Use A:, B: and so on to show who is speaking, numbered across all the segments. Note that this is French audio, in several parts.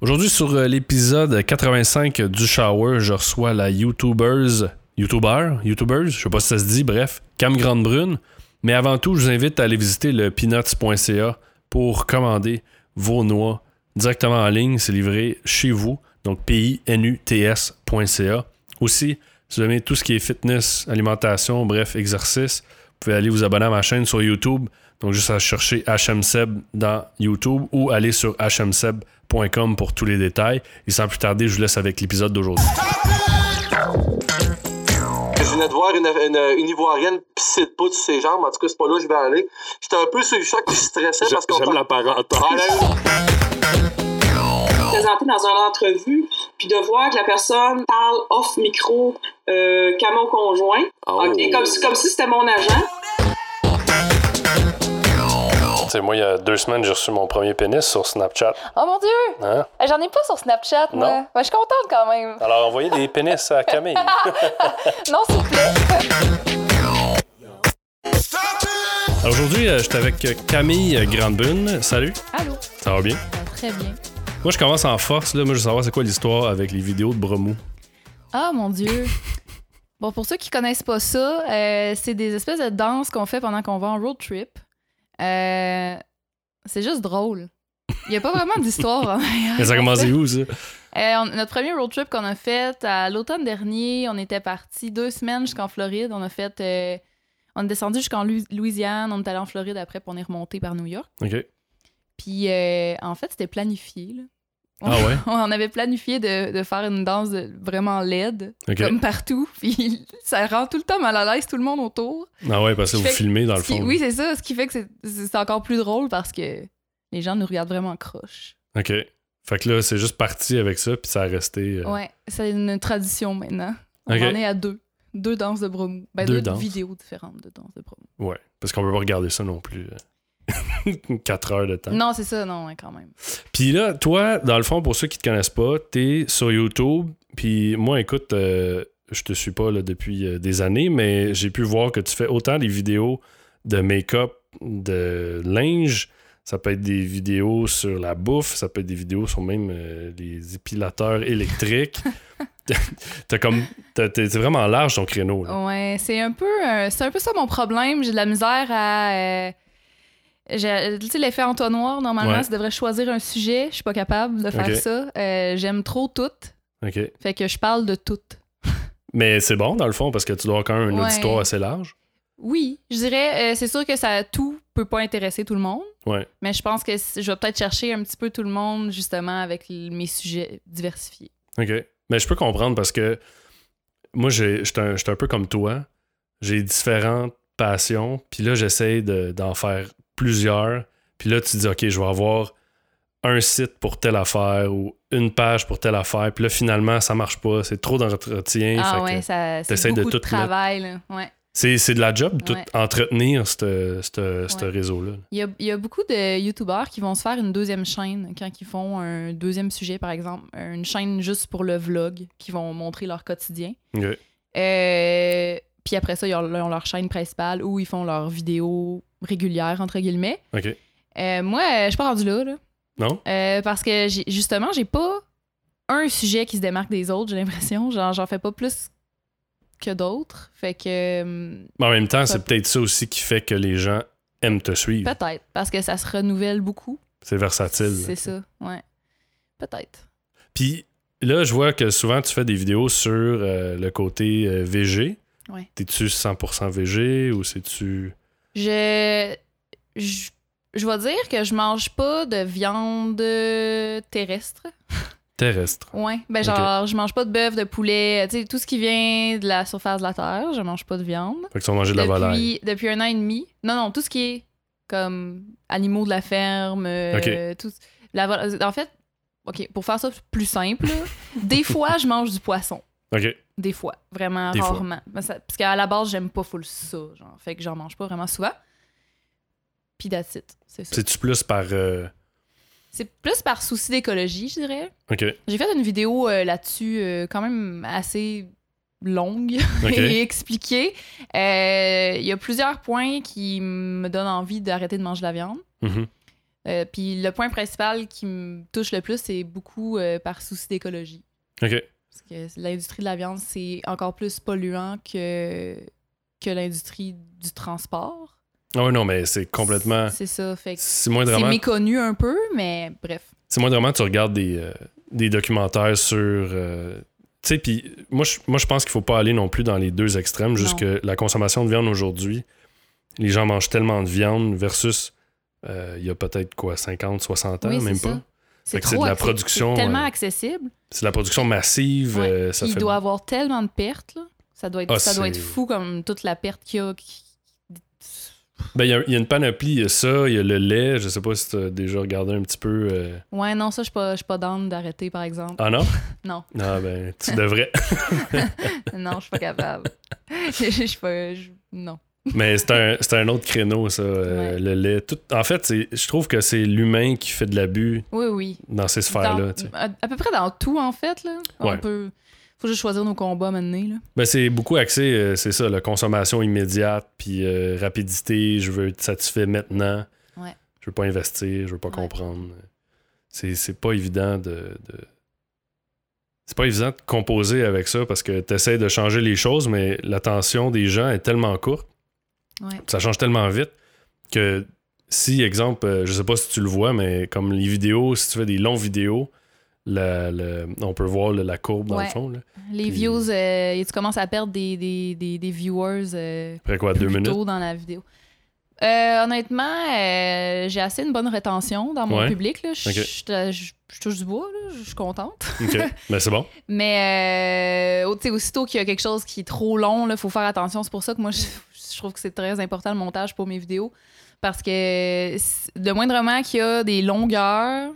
A: Aujourd'hui, sur euh, l'épisode 85 du Shower, je reçois la YouTubers, YouTuber, YouTubers, je sais pas si ça se dit, bref, Cam Grande Brune. Mais avant tout, je vous invite à aller visiter le peanuts.ca pour commander vos noix directement en ligne. C'est livré chez vous, donc pinuts.ca. Aussi, si vous aimez tout ce qui est fitness, alimentation, bref, exercice, vous pouvez aller vous abonner à ma chaîne sur YouTube. Donc, juste à chercher HMSeb dans YouTube ou aller sur hmseb.com pour tous les détails. Et sans plus tarder, je vous laisse avec l'épisode d'aujourd'hui.
B: Je venais de voir une, une, une Ivoirienne pisser de poudre sur ses jambes. En tout cas, c'est pas là que je vais aller. J'étais un peu sur le choc puis je stressais parce qu'on Ah,
C: J'aime la parenthèse.
B: parlait.
D: présenté dans une entrevue, puis de voir que la personne parle off micro euh, qu'à mon conjoint.
C: Oh.
D: OK, comme si comme si c'était mon agent.
A: moi, il y a deux semaines, j'ai reçu mon premier pénis sur Snapchat.
E: Oh mon dieu!
A: Hein?
E: Euh, J'en ai pas sur Snapchat,
A: Non.
E: moi. Mais je suis contente quand même.
A: Alors, envoyez des pénis à Camille.
E: Non, s'il vous plaît.
A: Alors, Aujourd'hui, euh, j'étais avec euh, Camille Grandbune. Salut.
F: Allô?
A: Ça va bien?
F: Très bien.
A: Moi, je commence en force. Là. Moi, je veux savoir c'est quoi l'histoire avec les vidéos de Bromou.
F: Ah mon Dieu! Bon, pour ceux qui connaissent pas ça, euh, c'est des espèces de danses qu'on fait pendant qu'on va en road trip. Euh, c'est juste drôle. Il n'y a pas vraiment d'histoire. hein.
A: Mais ça a commencé où, ça?
F: Euh, on- notre premier road trip qu'on a fait à l'automne dernier, on était parti deux semaines jusqu'en Floride. On a fait. euh, on est descendu jusqu'en Lu- Louisiane, on est allé en Floride après, puis on est remonté par New York.
A: OK.
F: Puis euh, en fait, c'était planifié. là.
A: Ah ouais?
F: On avait planifié de, de faire une danse de- vraiment laide.
A: OK.
F: comme partout. Puis ça rend tout le temps mal à l'aise tout le monde autour.
A: Ah ouais, parce que
F: Je
A: vous
F: fais-
A: filmez, dans le
F: Ce qui-
A: fond.
F: oui, c'est ça. Ce qui fait que c'est- c'est encore plus drôle parce que les gens nous regardent vraiment croche.
A: OK. Fait que là, c'est juste parti avec ça, puis ça a resté... euh,
F: Ouais, c'est une tradition maintenant. On
A: Ok.
F: en est à deux. Deux danses de bromou. Ben,
A: Deux
F: deux,
A: danses.
F: vidéos différentes de danses de bromou.
A: Ouais, parce qu'on peut pas regarder ça non plus. euh, Quatre heures de temps.
F: Non, c'est ça, non, ouais, quand même.
A: Puis là, toi, dans le fond, pour ceux qui te connaissent pas, t'es sur YouTube. Puis moi, écoute, euh, je te suis pas là, depuis euh, des années, mais j'ai pu voir que tu fais autant des vidéos de make-up, de linge. Ça peut être des vidéos sur la bouffe, ça peut être des vidéos sur même euh, les épilateurs électriques. t'as comme. t'as- T'es t'es vraiment large ton créneau. Là.
F: Ouais, c'est un peu, euh, c'est un peu ça mon problème. J'ai de la misère à. euh, j'ai- euh, tu sais, l'effet entonnoir, normalement,
A: Ouais.
F: je devrais choisir un sujet. Je suis pas capable de faire
A: Ok.
F: ça. Euh, J'aime trop tout.
A: OK.
F: Fait que je parle de tout.
A: Mais c'est bon, dans le fond, parce que tu dois avoir quand même un
F: Ouais.
A: auditoire assez large.
F: Oui, je dirais, euh, c'est sûr que ça tout peut pas intéresser tout le monde.
A: Ouais.
F: Mais je pense que c- je vais peut-être chercher un petit peu tout le monde, justement, avec l- mes sujets diversifiés.
A: OK. Mais je peux comprendre parce que moi, j'ai- j'étais un, j'étais un peu comme toi. J'ai différentes passions. Puis là, j'essaie de- d'en faire plusieurs. Puis là, tu dis, OK, je vais avoir un site pour telle affaire ou une page pour telle affaire. Puis là, finalement, ça marche pas. C'est trop d'entretien. Fait
F: ah
A: que
F: ouais, ça, c'est
A: t'essayes de
F: beaucoup de,
A: tout
F: travail. là. Ouais.
A: c'est c'est de la job, de
F: Ouais.
A: tout entretenir ce ce- ce
F: Ouais.
A: réseau-là.
F: Il, y a, il y a beaucoup de YouTubeurs qui vont se faire une deuxième chaîne quand ils font un deuxième sujet, par exemple. Une chaîne juste pour le vlog, qui vont montrer leur quotidien.
A: OK.
F: Euh, puis après ça, ils ont, ils ont leur chaîne principale où ils font leurs vidéos régulières, entre guillemets.
A: OK.
F: Euh, moi, euh, je suis pas rendue là, là.
A: Non?
F: Euh, parce que j'ai- justement, j'ai pas un sujet qui se démarque des autres, j'ai l'impression. Genre, j'en fais pas plus que d'autres. Fait que hum,
A: Mais en même temps, c'est
F: Peut-
A: peut-être ça aussi qui fait que les gens aiment te suivre.
F: peut-être, parce que ça se renouvelle beaucoup.
A: C'est versatile.
F: C'est ça, ouais. Peut-être.
A: Puis là, je vois que souvent tu fais des vidéos sur euh, le côté euh, VG.
F: Ouais.
A: T'es-tu 100% VG ou c'est-tu.
F: Je. Je je vais dire que je mange pas de viande euh, terrestre.
A: terrestre?
F: Ouais. Ben, genre, je mange pas de bœuf, de poulet, euh, tu sais, tout ce qui vient de la surface de la terre, je mange pas de viande.
A: Fait que tu vas manger de la volaille.
F: depuis, depuis un an et demi. Non, non, tout ce qui est comme animaux de la ferme, euh, tout. La, vol- en fait, OK, pour faire ça plus simple, là, des fois, je mange du poisson.
A: Ok.
F: Des fois, vraiment
A: Des fois.
F: rarement. Ben, ça- parce qu'à la base, j'aime pas full ça, genre. Fait que j'en mange pas vraiment souvent. Puis that's it, c'est ça.
A: C'est-tu plus par. euh,
F: C'est plus par souci d'écologie, je dirais.
A: Ok.
F: J'ai fait une vidéo euh, là-dessus, euh, quand même assez longue.
A: Ok.
F: et expliquer. Euh, Il y a plusieurs points qui me donnent envie d'arrêter de manger de la viande.
A: Mhm.
F: Euh, Puis le point principal qui me touche le plus, c'est beaucoup euh, par souci d'écologie.
A: OK.
F: Parce que l'industrie de la viande, c'est encore plus polluant que, que l'industrie du transport.
A: Ah ouais, non, mais c'est complètement.
F: C'est ça. Fait que
A: C'est
F: c'est
A: moindrement.
F: méconnu un peu, mais bref.
A: C'est moindrement, tu regardes des, euh, des documentaires sur. euh, tu sais, puis moi, je moi, je pense qu'il faut pas aller non plus dans les deux extrêmes, jusque la consommation de viande aujourd'hui. Les gens mangent tellement de viande versus euh, il y a peut-être quoi, 50, 60 ans,
F: Oui, c'est
A: même
F: ça.
A: pas.
F: C'est
A: que c'est
F: trop
A: de la
F: acc-
A: production,
F: c'est tellement
A: euh,
F: accessible.
A: C'est de la production massive,
F: Ouais.
A: euh, ça
F: il
A: fait.
F: doit avoir tellement de pertes. là. Ça doit être,
A: Ah,
F: ça doit
A: c'est-
F: être fou comme toute la perte qu'il y a. qui-
A: Ben, il y, a- il y a une panoplie, il y a ça, il y a le lait, je sais pas si t'as déjà regardé un petit peu. euh,
F: Ouais, non, ça, je suis pas, je suis pas down d'arrêter, par exemple.
A: Ah non?
F: Non.
A: Ah ben, tu devrais.
F: non, je suis pas capable. je je suis pas. je- Non.
A: Mais c'est un, c'est un autre créneau, ça, euh,
F: Ouais.
A: le lait. Tout- en fait, c'est- je trouve que c'est l'humain qui fait de l'abus
F: Oui, oui.
A: dans ces
F: Dans-
A: sphères-là. tu sais.
F: à, à peu près dans tout, en fait. Là. On
A: Ouais.
F: peut- Faut juste choisir nos combats maintenant. Là.
A: Ben, c'est beaucoup axé, euh, c'est ça, la consommation immédiate, puis euh, rapidité, je veux être satisfait maintenant.
F: Ouais.
A: Je veux pas investir, je veux pas
F: Ouais.
A: comprendre. C'est c'est pas évident de. de- C'est pas évident de composer avec ça parce que tu essaies de changer les choses, mais l'attention des gens est tellement courte,
F: Ouais.
A: ça change tellement vite que si, exemple, euh, je sais pas si tu le vois, mais comme les vidéos, si tu fais des longues vidéos, la- la- on peut voir le- la courbe dans
F: Ouais.
A: le fond. là.
F: Les
A: Puis-
F: views, euh, et tu commences à perdre des, des, des, des viewers euh,
A: Après quoi, deux
F: plus
A: minutes?
F: tôt dans la vidéo. Euh, honnêtement, euh, j'ai assez une bonne rétention dans mon
A: Ouais.
F: public. là. Je
A: Ok.
F: je- je- je touche du bois, là. je suis contente.
A: OK. Ben, c'est bon.
F: Mais euh, tu sais, aussitôt qu'il y a quelque chose qui est trop long, il faut faire attention. C'est pour ça que moi, je, je trouve que c'est très important le montage pour mes vidéos. Parce que s- le moindrement qu'il y a des longueurs,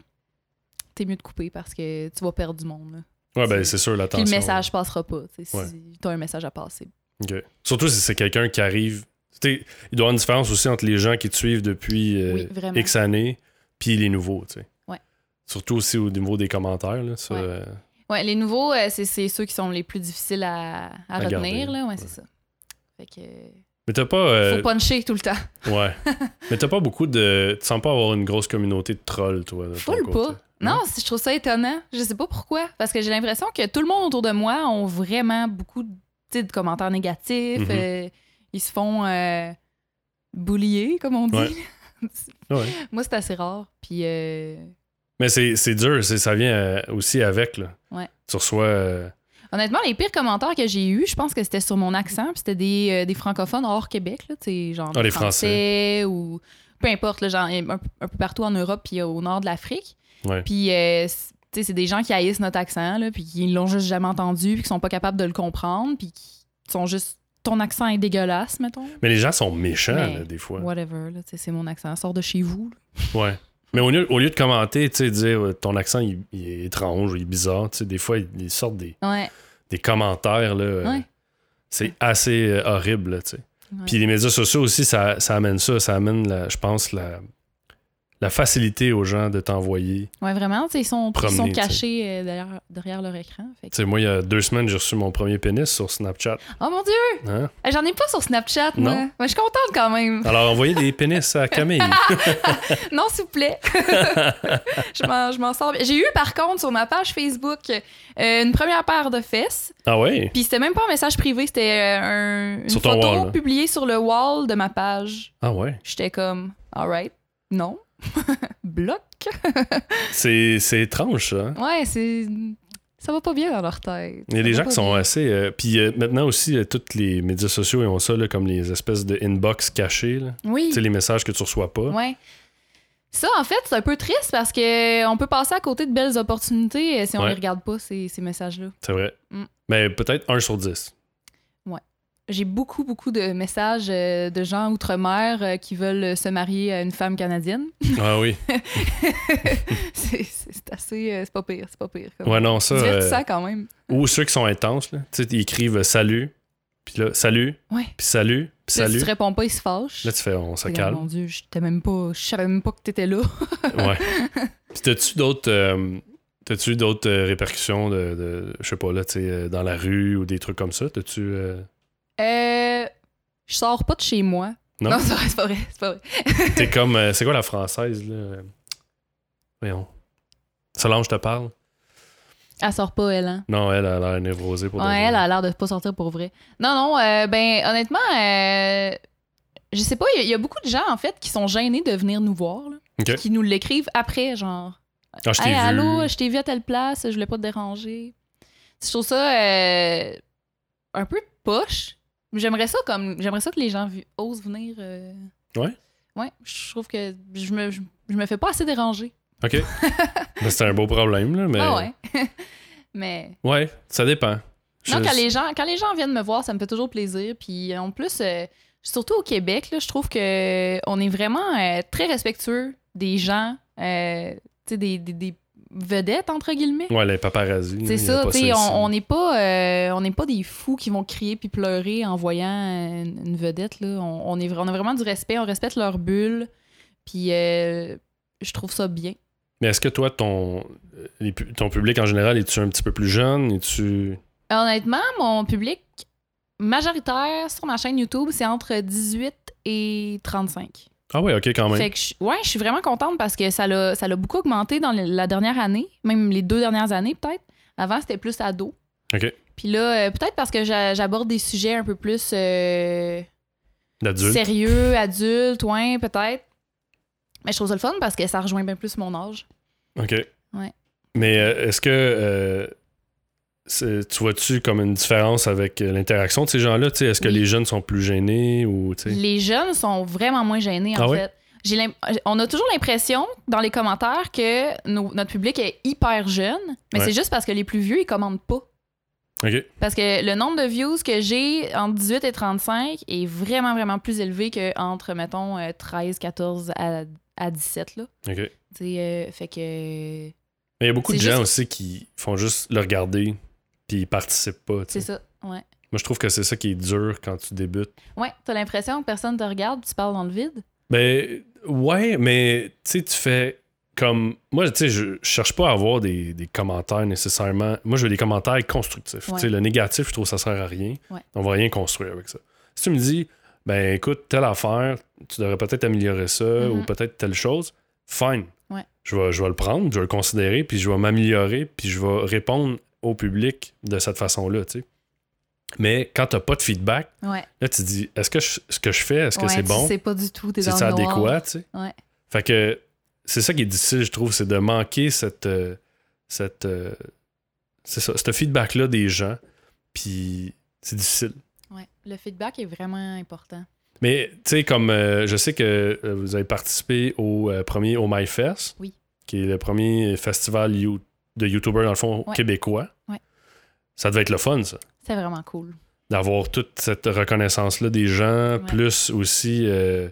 F: t'es mieux de couper parce que tu vas perdre du monde. là.
A: Ouais, ben
F: C'est-
A: c'est sûr,
F: Puis
A: l'attention.
F: le message passera pas. tu sais,
A: Ouais.
F: Si t'as un message à passer.
A: OK. Surtout si c'est quelqu'un qui arrive. Tu sais, il doit y avoir une différence aussi entre les gens qui te suivent depuis euh,
F: Oui, vraiment.
A: X années puis les nouveaux, tu sais.
F: Ouais.
A: Surtout aussi au niveau des commentaires, là. ça,
F: Ouais.
A: euh,
F: Ouais, les nouveaux, euh, c'est c'est ceux qui sont les plus difficiles à, à
A: À garder.
F: retenir. Là. Ouais, c'est
A: Ouais.
F: ça. Fait que, euh,
A: Mais t'as pas. euh,
F: faut puncher tout le temps.
A: Ouais. Mais t'as pas beaucoup de. Tu sens pas avoir une grosse communauté de trolls, toi. de ton
F: Full
A: côté.
F: pas. Non, c'est- je trouve ça étonnant. Je sais pas pourquoi. Parce que j'ai l'impression que tout le monde autour de moi ont vraiment beaucoup de, tu sais, de commentaires négatifs.
A: Mhm.
F: euh, ils se font euh, boulier, comme on dit.
A: Ouais. Ouais.
F: moi, c'est assez rare. Puis, euh,
A: Mais c'est c'est dur, c'est- ça vient euh, aussi avec, là.
F: Ouais.
A: Tu reçois. euh,
F: honnêtement, les pires commentaires que j'ai eus, je pense que c'était sur mon accent. Puis c'était des, euh, des francophones hors Québec, là, tu sais, genre
A: Ah,
F: des
A: les
F: ou peu importe, là, genre, un, un peu partout en Europe puis au nord de l'Afrique.
A: Ouais.
F: Puis, euh, c- tu sais, c'est des gens qui haïssent notre accent, là, puis qui l'ont juste jamais entendu, puis qui sont pas capables de le comprendre, puis qui sont juste. Ton accent est dégueulasse, mettons.
A: Mais les gens sont méchants,
F: Mais-
A: là, des fois.
F: Whatever, là, tu sais, c'est mon accent. Sors de chez vous. là.
A: Ouais. Mais au lieu, au lieu de commenter, tu sais, dire euh, ton accent il, il est étrange, il est bizarre, tu sais, des fois ils, ils sortent des,
F: Ouais.
A: des commentaires, là. euh,
F: Ouais.
A: C'est assez euh, horrible, là, tu sais.
F: Ouais.
A: Puis les médias sociaux aussi, ça, ça amène ça, ça amène, la- je pense, la, la facilité aux gens de t'envoyer.
F: Ouais, vraiment, tu sais, ils sont, ils
A: Promener,
F: sont
A: tu sais.
F: cachés euh, derrière, derrière leur écran. Fait que-
A: Tu sais, moi, il y a deux semaines, j'ai reçu mon premier pénis sur Snapchat.
F: Oh mon Dieu!
A: Hein?
F: Eh, J'en ai pas sur Snapchat, moi.
A: Non. Ah.
F: Mais je suis contente quand même.
A: Alors, envoyez des pénis à Camille.
F: Non, s'il vous plaît. je m'en- je m'en sors bien. J'ai eu, par contre, sur ma page Facebook, euh, une première paire de fesses.
A: Ah ouais?
F: Puis c'était même pas un message privé, c'était euh, un, une
A: Sur ton
F: photo
A: wall, là.
F: publiée sur le wall de ma page.
A: Ah ouais?
F: J'étais comme, alright, non. Bloc.
A: C'est c'est étrange, ça. hein?
F: Ouais, c'est. Ça va pas bien dans leur tête.
A: Il y a
F: Ça
A: des
F: va
A: gens
F: pas
A: qui sont
F: bien.
A: assez. euh, puis euh, maintenant aussi, euh, tous les médias sociaux ils ont ça, là, comme les espèces de inbox cachés. là.
F: Oui.
A: Tu sais, les messages que tu reçois pas.
F: Ouais. Ça, en fait, c'est un peu triste parce que on peut passer à côté de belles opportunités euh, si on
A: Ouais.
F: les regarde pas, ces, ces messages-là.
A: C'est vrai.
F: Mm.
A: Mais peut-être 1 sur 10.
F: J'ai beaucoup, beaucoup de messages euh, de gens outre-mer euh, qui veulent se marier à une femme canadienne.
A: Ah oui.
F: c'est c'est- c'est assez... euh, c'est pas pire, c'est pas pire. comme-
A: Ouais, non, ça. euh,
F: Divertissant quand même.
A: ou ceux qui sont intenses, là. Tu sais, ils écrivent euh, salut, puis là, salut,
F: Ouais.
A: puis salut, puis
F: Là, Si
A: salut.
F: tu réponds pas, ils se fâchent.
A: Là, tu fais, on se
F: Regarde,
A: calme.
F: Mon Dieu, je t'ai même pas... Je savais même pas que t'étais là.
A: ouais. Puis t'as-tu d'autres. euh, T'as-tu d'autres euh, répercussions de, de- je sais pas, là, tu sais, euh, dans la rue ou des trucs comme ça? T'as-tu. euh,
F: Euh, je sors pas de chez moi.
A: Non?
F: Non, c'est vrai, c'est pas vrai. C'est pas vrai.
A: T'es comme. euh, c'est quoi la française, là? Voyons. Solange te parle?
F: Elle sort pas, elle, hein.
A: Non, elle a l'air névrosée pour de
F: Ouais,
A: vrai.
F: elle a l'air de pas sortir pour vrai. Non, non, euh, ben honnêtement, euh, je sais pas, il y a- il y, a beaucoup de gens en fait qui sont gênés de venir nous voir, là,
A: Ok.
F: qui nous l'écrivent après, genre.
A: Ah, je t'ai
F: Hey,
A: vu.
F: allô, je t'ai vu à telle place, je voulais pas te déranger. Je trouve ça euh, un peu poche. J'aimerais ça comme j'aimerais ça que les gens vi- osent venir. euh,
A: Ouais?
F: Ouais, je trouve que je me, je, je me fais pas assez déranger.
A: OK. Ben, c'est un beau problème, là, mais.
F: Ah ouais. Mais
A: Ouais, ça dépend. Je-
F: Non, quand les, gens, quand les gens viennent me voir, ça me fait toujours plaisir. Puis en plus, euh, surtout au Québec, là, je trouve que on est vraiment euh, très respectueux des gens, euh, tu sais, des, des- des vedettes, entre guillemets.
A: Ouais, les paparazzi. là,
F: C'est
A: il y a
F: ça,
A: pas
F: tu sais,
A: ici.
F: on on n'est pas, euh, on n'est pas des fous qui vont crier puis pleurer en voyant euh, une une vedette. Là. On, on est, vra- on a vraiment du respect, on respecte leur bulle. Puis euh, je trouve ça bien.
A: Mais est-ce que toi, ton, les pu- ton public en général, es-tu un petit peu plus jeune? Es-tu.
F: Honnêtement, mon public majoritaire sur ma chaîne YouTube, c'est entre 18 et 35.
A: Ah ouais, OK, quand même.
F: Fait que je, ouais, je suis vraiment contente parce que ça l'a ça l'a beaucoup augmenté dans le- la dernière année, même les deux dernières années peut-être. Avant, c'était plus ado.
A: OK.
F: Puis là, euh, peut-être parce que j'a- j'aborde des sujets un peu plus euh,
A: D'adulte.
F: sérieux, adultes, ouais, peut-être. Mais je trouve ça le fun parce que ça rejoint bien plus mon âge.
A: OK.
F: Ouais.
A: Mais euh, est-ce que euh, c'est- tu vois-tu comme une différence avec euh, l'interaction de ces gens-là? Tu sais, Est-ce que
F: Oui.
A: les jeunes sont plus gênés ou tu sais?
F: Les jeunes sont vraiment moins gênés, en
A: Ah ouais?
F: fait. J'ai l'im- on a toujours l'impression, dans les commentaires, que nos- notre public est hyper jeune, mais
A: Ouais.
F: c'est juste parce que les plus vieux, ils commandent pas.
A: OK.
F: Parce que le nombre de views que j'ai entre 18 et 35 est vraiment, vraiment plus élevé qu'entre, mettons, euh, 13, 14 à, à 17, là.
A: OK. Mais
F: Tu sais, euh, fait que...
A: il y a beaucoup de
F: C'est
A: gens
F: juste-
A: aussi qui font juste le regarder puis ils participent pas. tu
F: C'est
A: sais.
F: ça, ouais.
A: Moi, je trouve que c'est ça qui est dur quand tu débutes.
F: Ouais, t'as l'impression que personne te regarde, tu parles dans le vide.
A: Ben, ouais, mais tu sais, tu fais comme. Moi, tu sais, je je cherche pas à avoir des, des commentaires nécessairement. Moi, je veux des commentaires constructifs.
F: Ouais.
A: Tu sais, le négatif, je trouve que ça sert à rien.
F: Ouais.
A: On va rien construire avec ça. Si tu me dis, ben, écoute, telle affaire, tu devrais peut-être améliorer ça ou
F: Mhm.
A: peut-être telle chose, fine.
F: Ouais.
A: Je, vais, je vais le prendre, je vais le considérer, puis je vais m'améliorer, puis je vais répondre au public de cette façon-là, tu sais. Mais quand t'as pas de feedback,
F: Ouais.
A: là, tu te dis, est-ce que je- ce que je fais, est-ce que
F: ouais,
A: c'est
F: tu
A: bon?
F: sais pas du tout, t'es dans
A: c'est
F: le noir.
A: adéquat, tu sais.
F: Ouais.
A: Fait que c'est ça qui est difficile, je trouve, c'est de manquer cette, euh, cette, euh, c'est ça, ce feedback-là des gens. Puis c'est difficile.
F: Ouais, le feedback est vraiment important.
A: Mais tu sais, comme euh, je sais que euh, vous avez participé au euh, premier au MyFest,
F: Oui.
A: qui est le premier festival you- de YouTubers, dans le fond,
F: Ouais.
A: québécois.
F: Ouais.
A: Ça devait être le fun, ça.
F: C'est vraiment cool.
A: d'avoir toute cette reconnaissance-là des gens,
F: Ouais.
A: plus aussi, euh,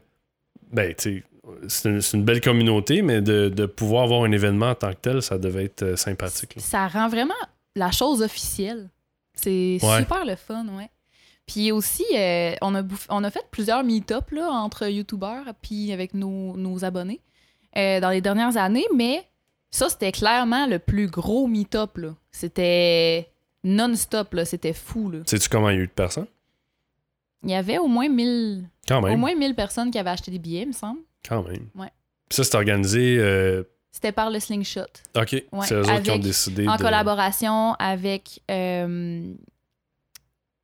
A: ben, tu sais, c'est une, c'est une belle communauté, mais de, de pouvoir avoir un événement en tant que tel, ça devait être euh, sympathique. là.
F: Ça rend vraiment la chose officielle. C'est
A: Ouais.
F: super le fun, ouais. Puis aussi, euh, on, a bouff- on a fait plusieurs meet-up là, entre YouTubeurs puis avec nos, nos abonnés euh, dans les dernières années, mais ça, c'était clairement le plus gros meet-up. là. C'était non-stop, là, c'était fou. là.
A: Sais-tu comment il y a eu de personnes?
F: Il y avait au moins 1000
A: Quand même.
F: au moins 1000 personnes qui avaient acheté des billets, il me semble.
A: Quand même.
F: Ouais.
A: Puis ça, c'est organisé. euh,
F: C'était par le Slingshot.
A: OK.
F: Ouais,
A: c'est eux autres qui ont
F: avec-
A: décidé.
F: en
A: de-
F: collaboration avec euh,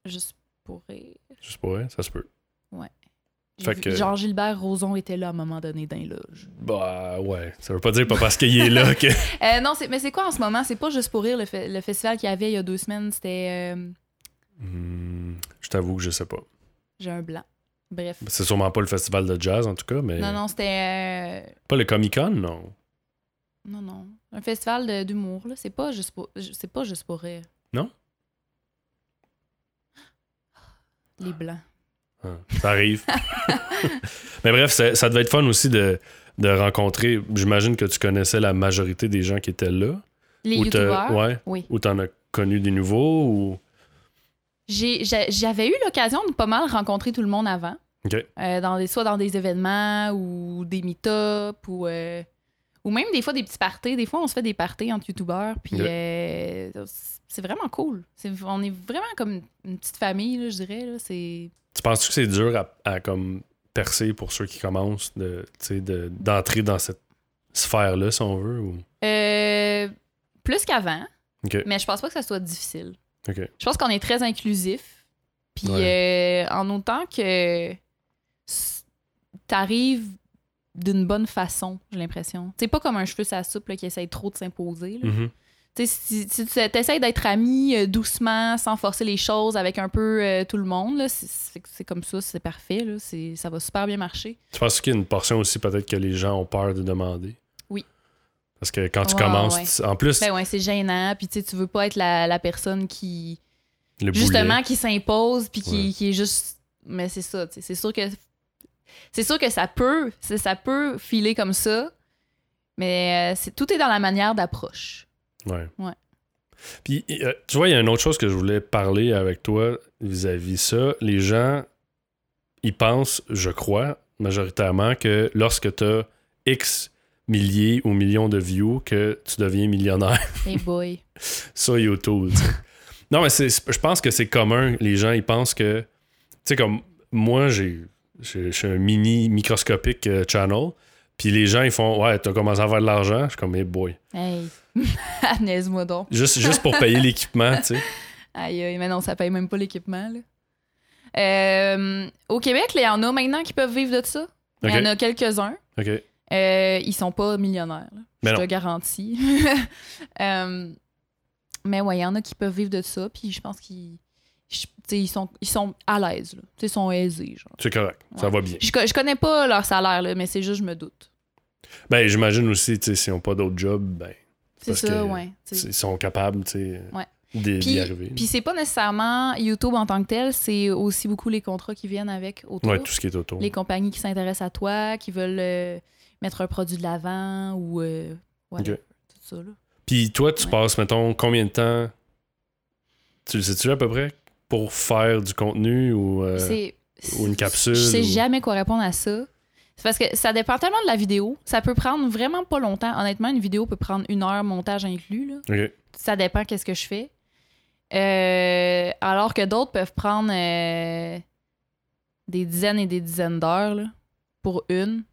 F: juste pour rire.
A: Je sais pas, ouais, ça se peut.
F: J'ai
A: Fait
F: vu-
A: que-
F: Genre Gilbert Rozon était là à un moment donné dans les loges.
A: Bah, ouais. Ça veut pas dire pas parce qu'il est là que.
F: Euh, non, c'est- mais c'est quoi en ce moment? C'est pas juste pour rire le, fe- le festival qu'il y avait il y a deux semaines. C'était. euh,
A: Hmm, je t'avoue que je sais pas.
F: J'ai un blanc. Bref.
A: C'est sûrement pas le festival de jazz, en tout cas, mais.
F: Non, non, c'était. euh,
A: Pas le Comic Con, non.
F: Non, non. Un festival de- d'humour, là. C'est pas, juste pour... c'est pas juste pour rire.
A: Non?
F: Les blancs.
A: Hein, Ça arrive. Mais bref, ça, ça devait être fun aussi de, de rencontrer. J'imagine que tu connaissais la majorité des gens qui étaient là.
F: Les
A: Ou t'as-
F: youtubeurs.
A: Ouais.
F: Oui.
A: Ou t'en as connu des nouveaux ou.
F: J'ai- j'a- J'avais eu l'occasion de pas mal rencontrer tout le monde avant.
A: Ok.
F: Euh, dans des, soit dans des événements ou des meet-up ou, euh, ou même des fois des petits parties. Des fois, on se fait des parties entre youtubeurs. Puis
A: Ok.
F: euh, c'est vraiment cool. C'est- on est vraiment comme une petite famille, là, je dirais. là. C'est
A: Tu penses que c'est dur à, à comme percer pour ceux qui commencent de, tu sais, de- d'entrer dans cette sphère-là, si on veut? Ou...
F: Euh, plus qu'avant,
A: OK.
F: mais je pense pas que ça soit difficile.
A: OK.
F: Je pense qu'on est très inclusif. Puis euh, en autant que s- t'arrives d'une bonne façon, j'ai l'impression. C'est pas comme un cheveu sa soupe là, qui essaye trop de s'imposer. là.
A: Mhm.
F: Tu sais, Si, si tu essayes d'être ami euh, doucement, sans forcer les choses, avec un peu euh, tout le monde, là, c'est- c'est c'est comme ça, c'est parfait. là, c'est- ça va super bien marcher.
A: Tu penses qu'il y a une portion aussi peut-être que les gens ont peur de demander?
F: Oui.
A: Parce que quand tu
F: Ouais,
A: commences,
F: ouais.
A: tu- en plus,
F: Ben ouais, c'est gênant. Puis tu sais, tu veux pas être la, la personne qui,
A: le
F: justement qui s'impose puis qui,
A: Ouais.
F: qui est juste mais c'est ça tu sais, c'est sûr que c'est sûr que ça peut c'est- ça peut filer comme ça mais euh, c'est tout est dans la manière d'approche
A: Ouais.
F: Ouais.
A: Puis, euh, tu vois, il y a une autre chose que je voulais parler avec toi vis-à-vis ça. Les gens, ils pensent, je crois, majoritairement, que lorsque tu as X milliers ou millions de views, que tu deviens millionnaire
F: hey boy
A: sur YouTube. tu sais. non, mais c'est, je pense que c'est commun. Les gens, ils pensent que, tu sais, comme moi, j'ai, j'ai- je suis un mini microscopique euh, channel. Puis les gens, ils font, ouais, t'as commencé à faire de l'argent. Je suis comme, hey boy.
F: hey niaise-moi donc
A: Juste, juste pour payer l'équipement, tu sais.
F: aïe aïe mais non ça paye même pas l'équipement là Euh, au Québec là, il y en a maintenant qui peuvent vivre de ça il y
A: OK.
F: en a quelques uns
A: OK.
F: Euh, ils sont pas millionnaires, là.
A: Ben
F: je
A: non.
F: te garantis. Euh, mais ouais, il y en a qui peuvent vivre de ça, puis je pense qu'ils je- tu sais, ils sont, ils sont à l'aise, là. Tu sais, ils sont aisés. Genre.
A: C'est correct. Ça va bien.
F: Je, co- je connais pas leur salaire, là, mais c'est juste, je me doute.
A: Ben, j'imagine aussi, tu sais, s'ils n'ont pas d'autres jobs, ben,
F: C'est
A: Parce
F: ça,
A: que-
F: ouais. tu sais.
A: ils sont capables, tu sais,
F: Ouais.
A: d'y- d'y
F: Puis,
A: arriver.
F: puis c'est pas nécessairement YouTube en tant que tel, c'est aussi beaucoup les contrats qui viennent avec autour.
A: ouais, tout ce qui est autour.
F: Les compagnies qui s'intéressent à toi, qui veulent euh, mettre un produit de l'avant ou euh, voilà,
A: Ok.
F: tout ça. Là.
A: Puis toi, tu
F: Ouais.
A: passes, mettons, combien de temps, tu le sais-tu à peu près, pour faire du contenu ou... euh,
F: C'est-
A: ou une capsule,
F: Je sais
A: ou-
F: jamais quoi répondre à ça. C'est parce que ça dépend tellement de la vidéo. Ça peut prendre vraiment pas longtemps. Honnêtement, une vidéo peut prendre une heure, montage inclus. là.
A: OK.
F: Ça dépend qu'est-ce que je fais. Euh, alors que d'autres peuvent prendre euh, des dizaines et des dizaines d'heures là, pour une.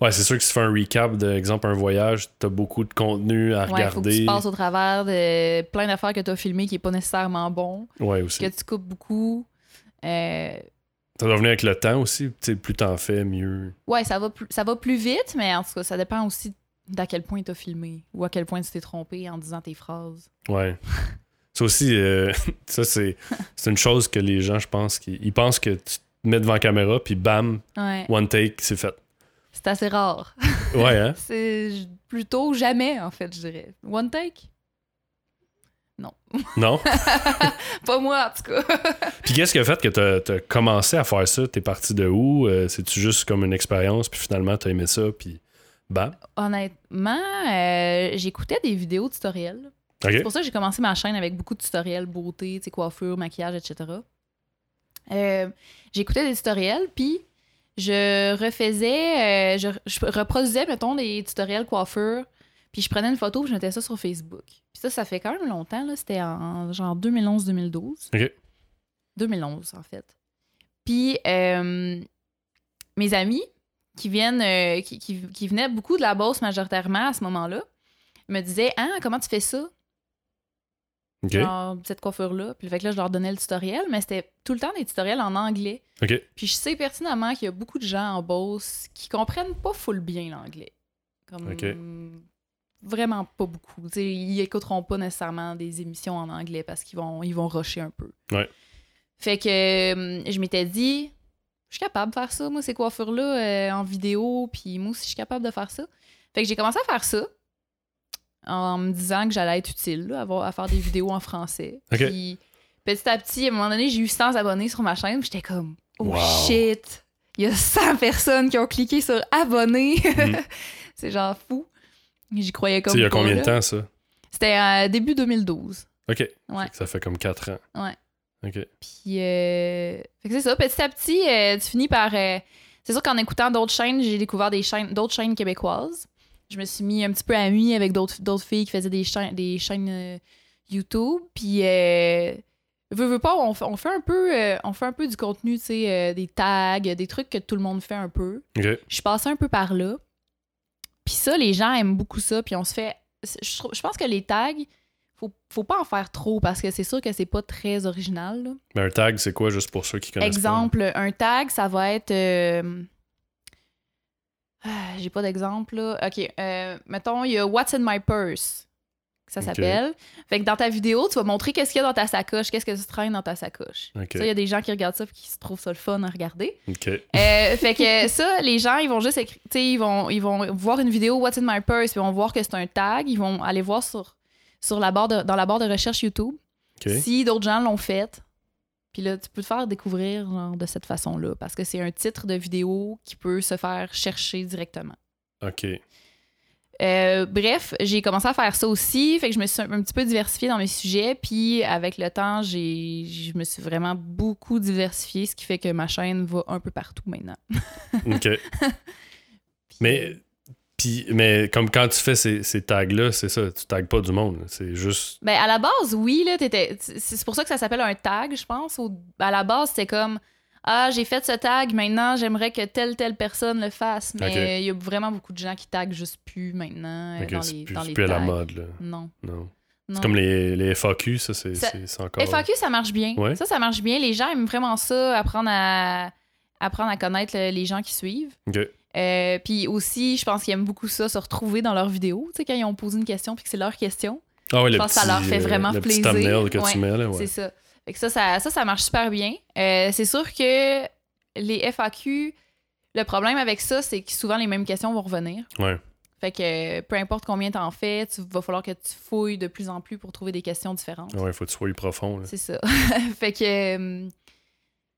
A: Ouais, c'est sûr que si tu fais un recap, de exemple, un voyage, t'as beaucoup de contenu à
F: Ouais, faut que tu
A: regarder.
F: passes au travers de plein d'affaires que tu as filmées qui est pas nécessairement bon,
A: ouais, aussi.
F: que tu coupes beaucoup. Euh,
A: Ça doit venir avec le temps aussi. Tu sais, plus t'en fais, mieux.
F: Ouais, ça va, plus, ça va plus vite, mais en tout cas, ça dépend aussi d'à quel point t'as filmé ou à quel point tu t'es trompé en disant tes phrases.
A: Ouais. Ça aussi, euh, ça, c'est c'est une chose que les gens, je pense, qu'ils- ils pensent que tu te mets devant la caméra, puis bam,
F: Ouais,
A: one take, c'est fait.
F: c'est assez rare.
A: Ouais, hein?
F: C'est j- plutôt jamais, en fait, je dirais. One take?
A: Non?
F: Pas moi, en tout cas.
A: Puis qu'est-ce qui a fait que t'as t'as commencé à faire ça? T'es parti de où? Euh, C'est-tu juste comme une expérience, puis finalement, t'as aimé ça, puis bam?
F: Honnêtement, euh, j'écoutais des vidéos tutoriels. C'est
A: OK?
F: pour ça que j'ai commencé ma chaîne avec beaucoup de tutoriels beauté, tu sais, coiffure, maquillage, etc. Euh, J'écoutais des tutoriels, puis je refaisais, euh, je, je reproduisais, mettons, des tutoriels coiffure, puis je prenais une photo, puis je mettais ça sur Facebook. Puis ça, ça fait quand même longtemps, là. C'était en genre 2011-2012.
A: Ok.
F: 2011, en fait. Puis euh, mes amis qui viennent, euh, qui, qui, qui venaient beaucoup de la Beauce majoritairement à ce moment-là, me disaient « Ah, comment tu fais ça? »
A: OK?
F: genre cette coiffure-là. Puis fait que là, je leur donnais le tutoriel, mais c'était tout le temps des tutoriels en anglais.
A: OK?
F: Puis je sais pertinemment qu'il y a beaucoup de gens en Beauce qui comprennent pas full bien l'anglais. Comme
A: Ok.
F: vraiment pas beaucoup. Tu sais, ils écouteront pas nécessairement des émissions en anglais parce qu'ils vont ils vont rusher un peu.
A: Ouais.
F: Fait que euh, je m'étais dit je suis capable de faire ça, moi, ces coiffures-là, euh, en vidéo, puis moi aussi, je suis capable de faire ça. Fait que j'ai commencé à faire ça en me disant que j'allais être utile, là, à, voir- à faire des vidéos en français.
A: Ok.
F: Puis petit à petit, à un moment donné, j'ai eu 100 abonnés sur ma chaîne, puis j'étais comme, oh
A: Wow.
F: shit, il y a 100 personnes qui ont cliqué sur abonner.
A: Mhm.
F: C'est genre fou. J'y croyais
A: Tu
F: comme
A: sais, il y a
F: pas,
A: combien de
F: là.
A: temps, ça?
F: C'était euh, début 2012.
A: OK.
F: Ouais.
A: Fait que Ça fait comme 4 ans.
F: Ouais.
A: OK.
F: Puis, euh, fait que c'est ça. Petit à petit, euh, tu finis par. euh, c'est sûr qu'en écoutant d'autres chaînes, j'ai découvert des chaînes, d'autres chaînes québécoises. Je me suis mis un petit peu amie avec d'autres, d'autres filles qui faisaient des chaînes, des chaînes euh, YouTube. Puis, euh, veux, veux pas, on, fait- on fait un peu, euh, on fait un peu du contenu, tu sais, euh, des tags, des trucs que tout le monde fait un peu.
A: Ok.
F: Je suis passée un peu par là. Puis ça, les gens aiment beaucoup ça. Puis on se fait. Je, trou- je pense que les tags, faut, faut pas en faire trop parce que c'est sûr que c'est pas très original. là.
A: Mais un tag, c'est quoi, juste pour ceux qui connaissent
F: Exemple, un tag, ça va être. euh, ah, J'ai pas d'exemple, là. OK. euh, mettons, il y a What's in my purse. que Ça
A: Ok.
F: s'appelle. Fait que dans ta vidéo, tu vas montrer qu'est-ce qu'il y a dans ta sacoche, qu'est-ce que tu traînes dans ta sacoche.
A: pas? Ok.
F: Ça, il y a des gens qui regardent ça et qui se trouvent ça le fun à regarder.
A: Ok.
F: Euh, fait que ça, les gens, ils vont juste écrire, tu sais, ils vont, ils vont voir une vidéo What's in my purse, puis ils vont voir que c'est un tag, ils vont aller voir sur, sur la barre de- dans la barre de recherche YouTube
A: Ok.
F: si d'autres gens l'ont fait. Puis là, tu peux te faire découvrir genre, de cette façon-là, parce que c'est un titre de vidéo qui peut se faire chercher directement.
A: Ok.
F: Euh, bref, j'ai commencé à faire ça aussi, fait que je me suis un, un petit peu diversifiée dans mes sujets, puis avec le temps, j'ai, je me suis vraiment beaucoup diversifiée, ce qui fait que ma chaîne va un peu partout maintenant.
A: Ok. mais, puis, mais comme quand tu fais ces, ces tags-là, c'est ça, tu tags pas du monde. là. C'est juste.
F: Ben, à la base, oui, là, t'étais- c'est c'est pour ça que ça s'appelle un tag, je pense. Au- à la base, c'était comme Ah, j'ai fait ce tag, maintenant j'aimerais que telle, telle personne le fasse. Mais
A: Ok.
F: il y a vraiment beaucoup de gens qui taguent juste plus maintenant euh,
A: Ok,
F: dans
A: c'est
F: les,
A: plus,
F: dans
A: c'est
F: les
A: plus à la
F: tags.
A: mode, là.
F: Non.
A: Non.
F: non.
A: C'est comme les, les FAQ, ça, c'est
F: Ça-
A: c'est- c'est encore.
F: FAQ, ça marche bien.
A: Ouais.
F: Ça, ça marche bien. Les gens aiment vraiment ça, apprendre à, apprendre à connaître le- les gens qui suivent.
A: Ok.
F: Euh, puis aussi, je pense qu'ils aiment beaucoup ça, se retrouver dans leurs vidéos. Tu sais, quand ils ont posé une question puis que c'est leur question.
A: Ah ouais, le
F: Je pense que ça
A: petit,
F: leur fait
A: euh,
F: vraiment
A: le petit
F: plaisir.
A: thumbnail que tu
F: Ouais,
A: mets, là. Ouais.
F: C'est ça. Fait que ça, ça, ça, ça marche super bien. Euh, c'est sûr que les FAQ, le problème avec ça, c'est que souvent les mêmes questions vont revenir.
A: Ouais.
F: Fait que euh, peu importe combien t'en fais, tu va falloir que tu fouilles de plus en plus pour trouver des questions différentes.
A: Ah Ouais, faut que tu sois profond. là.
F: C'est ça. fait que. euh,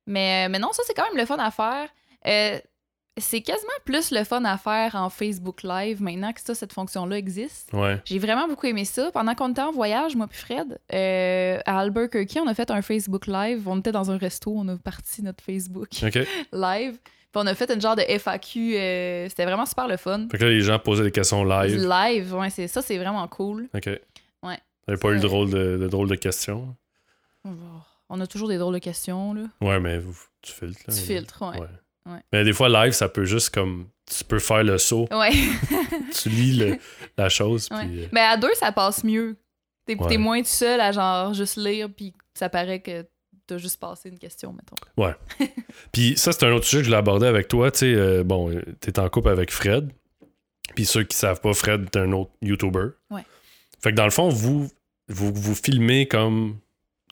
F: Mais, mais non, ça, c'est quand même le fun à faire. Euh, c'est quasiment plus le fun à faire en Facebook Live maintenant que ça, cette fonction-là existe.
A: Ouais.
F: J'ai vraiment beaucoup aimé ça. Pendant qu'on était en voyage, moi puis Fred, euh, à Albuquerque, on a fait un Facebook Live. On était dans un resto, on a parti notre Facebook
A: Ok.
F: Live. Puis on a fait une genre de FAQ. euh, C'était vraiment super le fun.
A: Fait que là, les gens posaient des questions live.
F: Live, ouais, c'est ça, c'est vraiment cool.
A: Ok.
F: Ouais.
A: T'avais pas eu
F: C'est-
A: le drôle de, de drôle de questions.
F: On a toujours des drôles de questions, là.
A: Ouais, mais vous- tu filtres. là.
F: Tu filtres, ouais.
A: Ouais.
F: Ouais.
A: Mais des fois, live, ça peut juste comme. Tu peux faire le saut,
F: Ouais.
A: tu lis le- la chose,
F: Ouais.
A: puis. euh,
F: Mais à deux, ça passe mieux. T'es
A: Ouais.
F: t'es moins tout seul à genre juste lire, puis ça paraît que t'as juste passé une question, mettons.
A: Puis ça, c'est un autre sujet que je voulais aborder avec toi. Tu sais, euh, bon, euh, t'es en couple avec Fred. Puis ceux qui savent pas, Fred est un autre YouTuber.
F: Ouais.
A: Fait que dans le fond, vous vous, vous filmez comme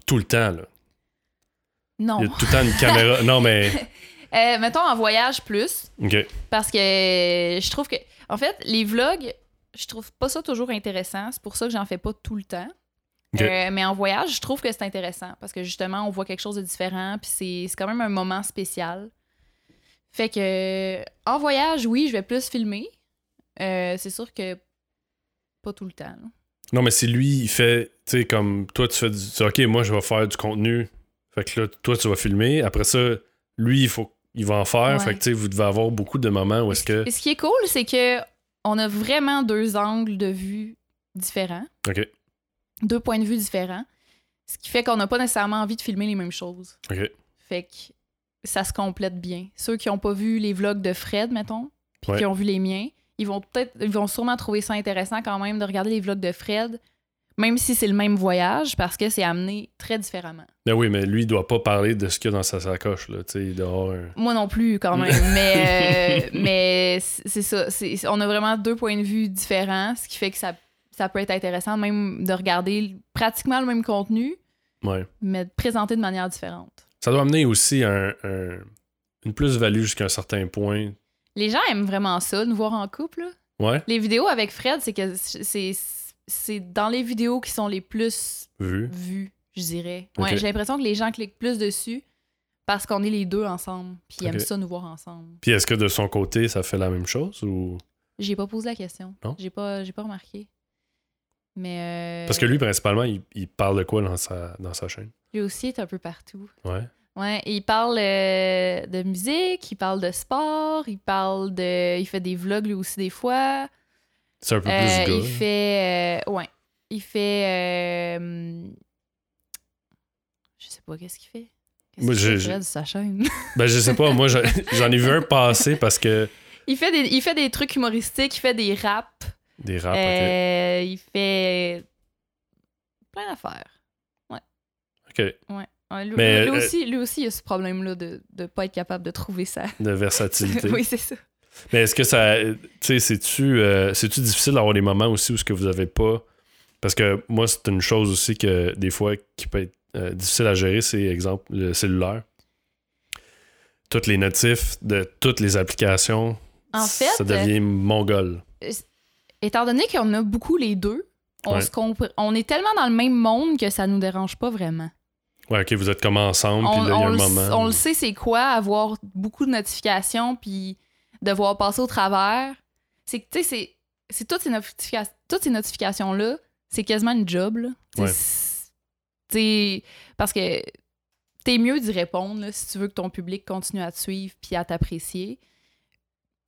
A: tout le temps. Là.
F: Non.
A: Il y a tout le temps une caméra. Non, mais.
F: Euh, mettons en voyage plus.
A: OK.
F: Parce que je trouve que. En fait, les vlogs, je trouve pas ça toujours intéressant. C'est pour ça que j'en fais pas tout le temps.
A: Ok.
F: Euh, mais en voyage, je trouve que c'est intéressant parce que justement, on voit quelque chose de différent, puis c'est- c'est quand même un moment spécial. Fait que, en voyage, oui, je vais plus filmer. Euh, c'est sûr que pas tout le temps. là.
A: Non, mais si lui, il fait. Tu sais, comme toi, tu fais du. tu dis, OK, moi, je vais faire du contenu. Fait que là, toi, tu vas filmer. Après ça, lui, il faut. Il va en faire.
F: Ouais.
A: Fait que tu sais, vous devez avoir beaucoup de moments où est-ce que.
F: Et ce qui est cool, c'est que on a vraiment deux angles de vue différents,
A: OK.
F: deux points de vue différents, ce qui fait qu'on n'a pas nécessairement envie de filmer les mêmes choses.
A: OK.
F: Fait que ça se complète bien. Ceux qui n'ont pas vu les vlogs de Fred, mettons, puis
A: Ouais.
F: qui ont vu les miens, ils vont peut-être, ils vont sûrement trouver ça intéressant quand même de regarder les vlogs de Fred, même si c'est le même voyage, parce que c'est amené très différemment.
A: Ben oui, mais lui, il doit pas parler de ce qu'il y a dans sa sacoche. Là. Tu sais, il doit avoir un.
F: Moi non plus, quand même, mais, euh, mais c- c'est ça. c'est- on a vraiment deux points de vue différents, ce qui fait que ça, ça peut être intéressant même de regarder pratiquement le même contenu,
A: Ouais.
F: mais présenté de manière différente.
A: Ça doit amener aussi un, un- une plus-value jusqu'à un certain point.
F: Les gens aiment vraiment ça, nous voir en couple. là.
A: Ouais,
F: Les vidéos avec Fred, c'est que c'est c'est dans les vidéos qui sont les plus
A: vu.
F: vues, je dirais. Ouais,
A: Ok.
F: j'ai l'impression que les gens cliquent plus dessus parce qu'on est les deux ensemble, puis ils
A: Ok.
F: aiment ça nous voir ensemble.
A: Puis est-ce que de son côté, ça fait la même chose ou.
F: J'ai pas posé la question.
A: Non?
F: J'ai pas j'ai pas remarqué. Mais euh,
A: Parce que lui, principalement, il, il parle de quoi dans sa, dans sa chaîne?
F: lui aussi est un peu partout.
A: Ouais.
F: Ouais, il parle euh, de musique, il parle de sport, il parle de il fait des vlogs lui aussi des fois.
A: C'est un peu
F: Euh,
A: plus du
F: il
A: gars.
F: fait. euh, ouais. Il fait. euh, hum, je sais pas qu'est-ce qu'il fait.
A: Moi,
F: Qu'est-ce
A: j'ai-
F: qu'il fait de sa chaîne?
A: Ben, je sais pas, moi, je- j'en ai vu un passer parce que.
F: il, fait des, il fait des trucs humoristiques, il fait des raps,
A: Des raps, Ah, ok.
F: euh, il fait plein d'affaires.
A: Ok.
F: Ouais, lui,
A: Mais,
F: lui
A: euh,
F: aussi, lui aussi, il a ce problème-là de ne pas être capable de trouver ça.
A: De versatilité.
F: oui, c'est ça.
A: Mais est-ce que ça. Tu sais, c'est-tu euh, c'est-tu difficile d'avoir des moments aussi où ce que vous avez pas. Parce que moi, c'est une chose aussi que des fois qui peut être euh, difficile à gérer, c'est exemple le cellulaire. Toutes les notifs de toutes les applications,
F: En fait, euh,
A: ça devient mongol.
F: étant donné qu'on a beaucoup les deux, on,
A: Ouais.
F: se compre- on est tellement dans le même monde que ça nous dérange pas vraiment.
A: Ouais, ok, vous êtes comme ensemble, puis là, il y a un
F: le,
A: moment.
F: s- on le sait, c'est quoi avoir beaucoup de notifications puis devoir passer au travers. C'est que, tu sais, c'est- c'est toutes ces, notifica- toutes ces notifications-là, c'est quasiment une job. Là. Tu sais,
A: Ouais.
F: c'est- tu sais, parce que t'es mieux d'y répondre là, si tu veux que ton public continue à te suivre puis à t'apprécier.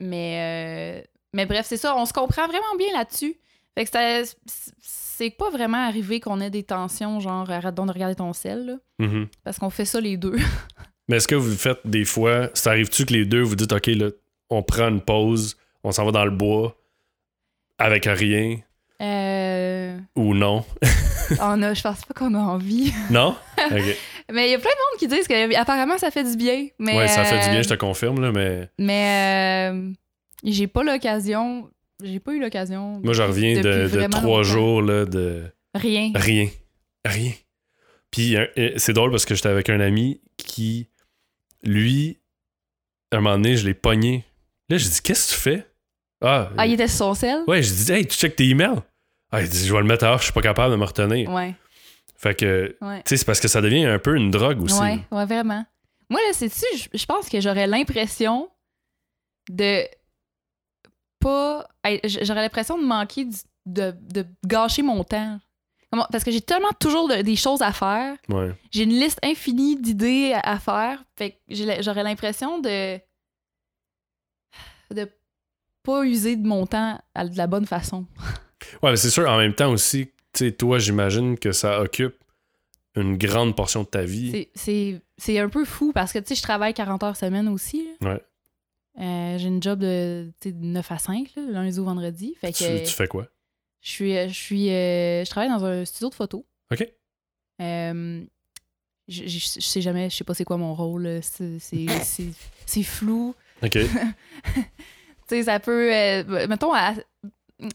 F: Mais, euh, mais bref, c'est ça, on se comprend vraiment bien là-dessus. Fait que c'est- c'est pas vraiment arrivé qu'on ait des tensions, genre arrête donc de regarder ton sel. là.
A: Mhm.
F: Parce qu'on fait ça les deux.
A: Mais est-ce que vous faites des fois, ça arrive-tu que les deux vous dites, OK, là, on prend une pause, on s'en va dans le bois, avec rien,
F: Euh,
A: ou non?
F: on a, je pense pas qu'on a envie.
A: Non? Ok.
F: Mais il y a plein de monde qui disent que apparemment ça fait du bien. Mais,
A: ouais, ça fait du bien,
F: euh,
A: je te confirme, là, mais
F: Mais euh, j'ai pas l'occasion. J'ai pas eu l'occasion.
A: moi, je reviens
F: depuis
A: de, de
F: vraiment
A: trois
F: longtemps.
A: jours là, de
F: Rien.
A: rien. Rien. Puis hein, euh, c'est drôle parce que j'étais avec un ami qui, lui, à un moment donné, je l'ai pogné. Là, j'ai dit, qu'est-ce que tu fais? Ah,
F: Ah, il était sur son sel?
A: ouais, j'ai dit, hey, tu checkes tes emails? Ah, il dit, je vais le mettre à l'heure, je suis pas capable de me retenir.
F: Ouais.
A: Fait que,
F: Ouais.
A: tu sais, c'est parce que ça devient un peu une drogue aussi.
F: Ouais, ouais, vraiment. Moi, là, c'est-tu, je- je pense que j'aurais l'impression de pas. hey, j- J'aurais l'impression de manquer, du- de, de gâcher mon temps. Comment- Parce que j'ai tellement toujours de- des choses à faire.
A: Ouais.
F: J'ai une liste infinie d'idées à, à faire. Fait que j'ai la- j'aurais l'impression de. de pas user de mon temps à- de la bonne façon.
A: Ouais, mais c'est sûr, en même temps aussi, tu sais, toi, j'imagine que ça occupe une grande portion de ta vie.
F: C'est- C'est c'est un peu fou parce que, tu sais, je travaille 40 heures semaine aussi. là.
A: Ouais.
F: Euh, j'ai une job de, tu sais, de 9 à 5, là, lundi au vendredi. Fait que
A: Tu-
F: euh,
A: tu fais quoi?
F: je suis, euh, je suis, euh, je travaille dans un studio de photo.
A: OK.
F: Euh, je, je- je sais jamais, je sais pas c'est quoi mon rôle. euh, c'est- C'est c'est- c'est flou.
A: OK.
F: Tu sais, ça peut. euh, mettons, à-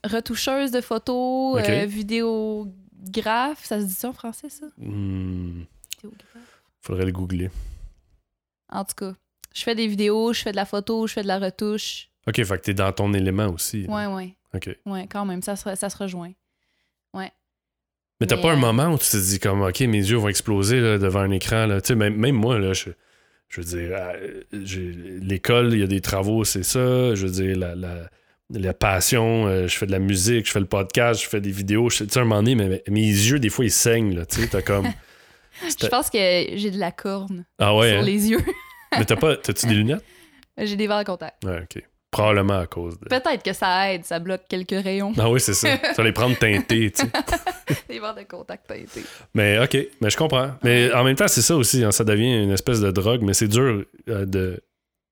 F: retoucheuse de photos,
A: Ok.
F: euh, vidéographe, ça se dit ça en français, ça?
A: Hmm,
F: Vidéographe.
A: faudrait le googler.
F: En tout cas, je fais des vidéos, je fais de la photo, je fais de la retouche.
A: OK, fait que t'es dans ton élément aussi. là.
F: Ouais, ouais,
A: OK.
F: ouais, quand même, ça se, ça se rejoint.
A: Mais t'as
F: Mais,
A: pas un
F: euh,
A: moment où tu te dis comme, OK, mes yeux vont exploser là, devant un écran. Là. Tu sais, Même, même moi, là, je, je veux dire, euh, j'ai- l'école, il y a des travaux, c'est ça. Je veux dire, la, la, la passion, euh, je fais de la musique, je fais le podcast, je fais des vidéos. Je, tu sais, à un moment donné, mais, mais- mes yeux, des fois, ils saignent. Là, tu sais, t'as comme...
F: Je pense que j'ai de la corne
A: Ah ouais,
F: sur
A: hein?
F: les yeux.
A: mais t'as pas... T'as-tu des lunettes?
F: j'ai des verres à contact.
A: Ouais, OK. Probablement à cause de...
F: Peut-être que ça aide, ça bloque quelques rayons.
A: Ah oui, c'est ça. Tu vas les prendre teintés, tu sais.
F: des verres de contact teintés.
A: Mais OK, mais je comprends. Mais en même temps, c'est ça aussi, hein, ça devient une espèce de drogue, mais c'est dur euh, de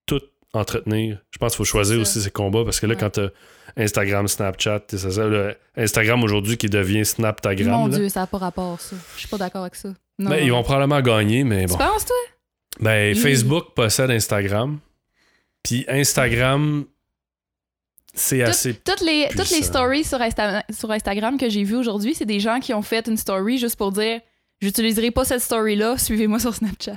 A: tout entretenir. Je pense qu'il faut choisir
F: ça.
A: aussi ses combats parce que là,
F: Ouais.
A: quand t'as Instagram, Snapchat, c'est ça, ça, le Instagram aujourd'hui qui devient Snaptagram.
F: Mon
A: là.
F: Dieu, ça n'a pas rapport, ça. Je suis pas d'accord avec ça. Non,
A: Ben, ils
F: non.
A: vont probablement gagner, mais
F: Tu
A: bon.
F: penses, toi?
A: Ben,
F: Oui.
A: Facebook possède Instagram. Puis Instagram, c'est
F: Tout-
A: assez.
F: toutes, les, toutes les
A: puissant.
F: stories sur, Insta- sur Instagram que j'ai vues aujourd'hui, c'est des gens qui ont fait une story juste pour dire J'utiliserai pas cette story-là, suivez-moi sur Snapchat.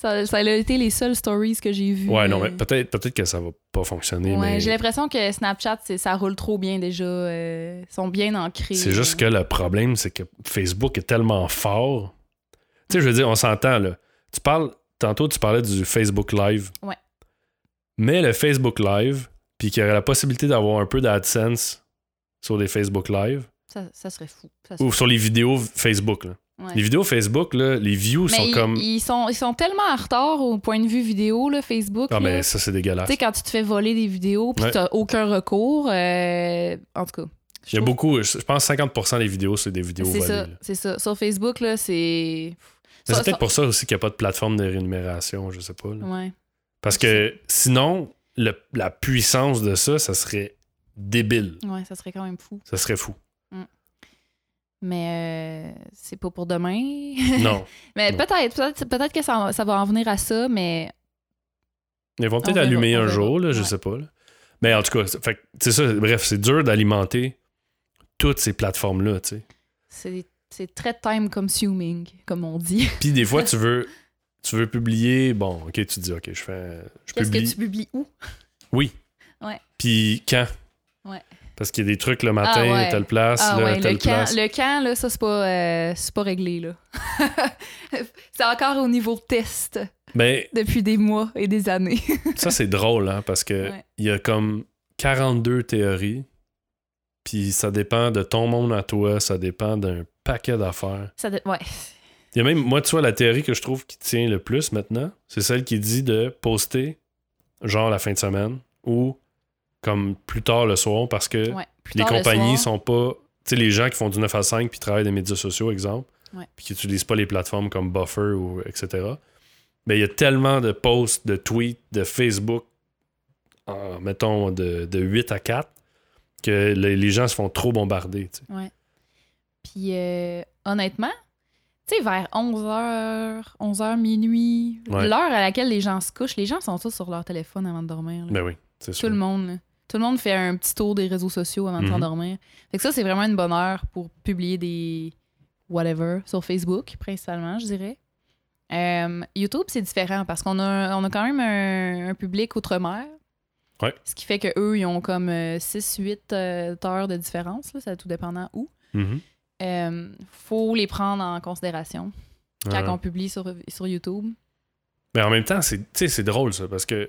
F: Ça, ça a été les seules stories que j'ai vues.
A: Ouais, non, mais
F: euh,
A: peut-être peut que ça va pas fonctionner.
F: Ouais,
A: mais...
F: j'ai l'impression que Snapchat, c'est- ça roule trop bien déjà. euh, ils sont bien ancrés. euh,
A: C'est juste que le problème, c'est que Facebook est tellement fort. Tu sais, je veux dire, on s'entend là. Tu parles, tantôt tu parlais du Facebook Live.
F: Ouais.
A: Mais le Facebook Live, puis qu'il y aurait la possibilité d'avoir un peu d'AdSense sur les Facebook Live
F: Ça, ça serait fou. ça serait-
A: ou sur les vidéos Facebook. là.
F: ouais.
A: Les vidéos Facebook, là, les views
F: Mais
A: sont
F: ils,
A: comme.
F: ils sont, ils sont tellement en retard au point de vue vidéo, là, Facebook.
A: Ah,
F: là.
A: mais ça, c'est dégueulasse.
F: Tu sais, quand tu te fais voler des vidéos puis
A: Ouais.
F: t'as aucun recours, euh, en tout cas. je
A: Il y a
F: trouve-
A: beaucoup, je je pense 50% des vidéos, c'est des vidéos
F: C'est
A: volées.
F: ça,
A: là.
F: c'est ça. Sur Facebook, là, c'est.
A: Mais
F: Ça-
A: c'est peut-être
F: ça-
A: pour ça aussi qu'il n'y a pas de plateforme de rémunération, je sais pas. là.
F: Ouais.
A: Parce que sinon, le- la puissance de ça, ça serait débile.
F: Ouais, ça serait quand même fou.
A: Ça serait fou.
F: Mais euh, c'est pas pour demain.
A: Non.
F: mais
A: Non.
F: peut-être, peut-être, peut-être que ça, ça va en venir à ça, mais
A: Ils vont peut-être
F: verra,
A: allumer
F: on
A: un
F: verra.
A: jour, là, je
F: Ouais.
A: sais pas. là. Mais en tout cas, c'est- fait que, c'est ça. Bref, c'est dur d'alimenter toutes ces plateformes-là, tu sais.
F: c'est, c'est très time consuming, comme on dit.
A: Puis des fois, tu veux, tu veux publier. Bon, ok, tu te dis, ok, je fais. Je
F: Qu'est-ce
A: publie.
F: que tu publies où?
A: Oui.
F: Ouais.
A: Puis quand
F: Ouais.
A: Parce qu'il y a des trucs le matin,
F: Ah ouais.
A: telle place,
F: Ah
A: là,
F: ouais,
A: telle
F: le camp,
A: place.
F: le camp, là, ça, c'est pas, euh, c'est pas réglé, là. c'est encore au niveau test
A: Ben,
F: depuis des mois et des années.
A: Ça, c'est drôle, hein, parce que
F: Ouais.
A: il y a comme 42 théories, puis ça dépend de ton monde à toi, ça dépend d'un paquet d'affaires.
F: ça dé- Ouais.
A: Il y a même, moi, tu vois, la théorie que je trouve qui tient le plus maintenant, c'est celle qui dit de poster, genre la fin de semaine, ou comme plus tard le soir, parce que
F: ouais. Plus
A: Euh. les
F: tard le
A: compagnies
F: soir.
A: sont pas. Tu sais, les gens qui font du 9 à 5 puis travaillent des médias sociaux, exemple,
F: Ouais.
A: puis qui n'utilisent pas les plateformes comme Buffer ou etc. Mais il y a tellement de posts, de tweets, de Facebook, en, mettons, de, de 8 à 4, que les, les gens se font trop bombarder. tu sais.
F: Puis euh, honnêtement, tu sais, vers 11h, 11h, minuit,
A: Ouais.
F: l'heure à laquelle les gens se couchent, les gens sont tous sur leur téléphone avant de dormir. là.
A: Ben oui, c'est
F: Tout
A: sûr.
F: le monde. là. Tout le monde fait un petit tour des réseaux sociaux avant de
A: Mhm.
F: s'endormir. Fait que ça, c'est vraiment une bonne heure pour publier des whatever sur Facebook, principalement, je dirais. Euh, YouTube, c'est différent parce qu'on a, on a quand même un, un public outre-mer.
A: Ouais.
F: Ce qui fait que eux ils ont comme euh, 6-8 euh, heures de différence, là, ça tout dépendant où.
A: Mhm.
F: Euh, faut les prendre en considération quand
A: Ah.
F: on publie sur, sur YouTube.
A: Mais en même temps, c'est tu sais, c'est drôle ça, parce que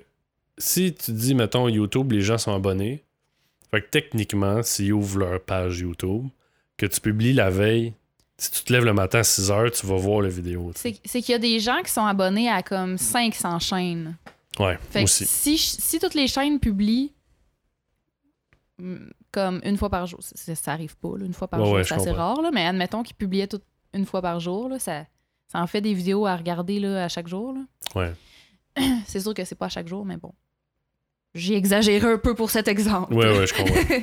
A: si tu dis, mettons, YouTube, les gens sont abonnés, fait que techniquement, s'ils ouvrent leur page YouTube, que tu publies la veille, si tu te lèves le matin à 6 heures, tu vas voir la vidéo. tu sais.
F: C'est c'est qu'il y a des gens qui sont abonnés à comme 500 chaînes.
A: Ouais,
F: Fait que
A: aussi.
F: si, si toutes les chaînes publient hum, comme une fois par jour, ça- ça, ça arrive pas, là, une fois par
A: Ouais,
F: jour,
A: ouais,
F: c'est
A: je
F: assez
A: comprends.
F: rare, là, mais admettons qu'ils publiaient tout une fois par jour, là, ça, ça en fait des vidéos à regarder là, à chaque jour. là.
A: Ouais.
F: C'est sûr que c'est pas à chaque jour, mais bon. J'ai exagéré un peu pour cet exemple.
A: Ouais, ouais, je comprends.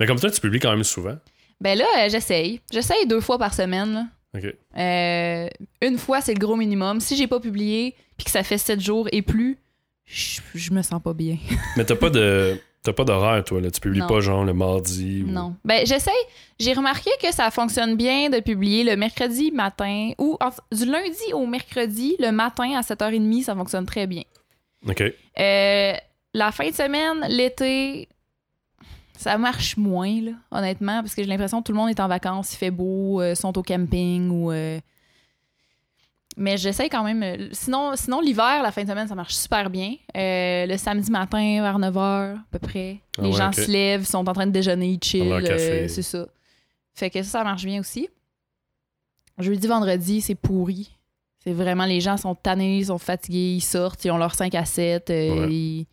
A: Mais comme toi, tu publies quand même souvent.
F: Ben là, euh, j'essaye. J'essaye deux fois par semaine. là.
A: OK.
F: Euh, une fois, c'est le gros minimum. Si j'ai pas publié, puis que ça fait sept jours et plus, je je me sens pas bien.
A: Mais t'as pas de. T'as pas d'horaire, toi, là. Tu publies
F: Non.
A: pas genre le mardi. ou-
F: Non. Ben, j'essaye. J'ai remarqué que ça fonctionne bien de publier le mercredi matin ou en- du lundi au mercredi, le matin à 7h30, ça fonctionne très bien.
A: OK.
F: Euh, la fin de semaine, l'été, ça marche moins, là, honnêtement, parce que j'ai l'impression que tout le monde est en vacances, il fait beau, euh, sont au camping ou. euh, Mais j'essaie quand même. euh, Sinon, sinon l'hiver, la fin de semaine, ça marche super bien. Euh, le samedi matin, vers 9h, à peu près,
A: Ah
F: les
A: ouais,
F: gens
A: ok.
F: se lèvent, sont en train de déjeuner, ils chill.
A: Prendre leur café.
F: euh, c'est ça. Fait que ça, ça marche bien aussi. Jeudi, vendredi, c'est pourri. C'est vraiment, les gens sont tannés, ils sont fatigués, ils sortent, ils ont leur 5 à 7. euh,
A: Ouais.
F: ils-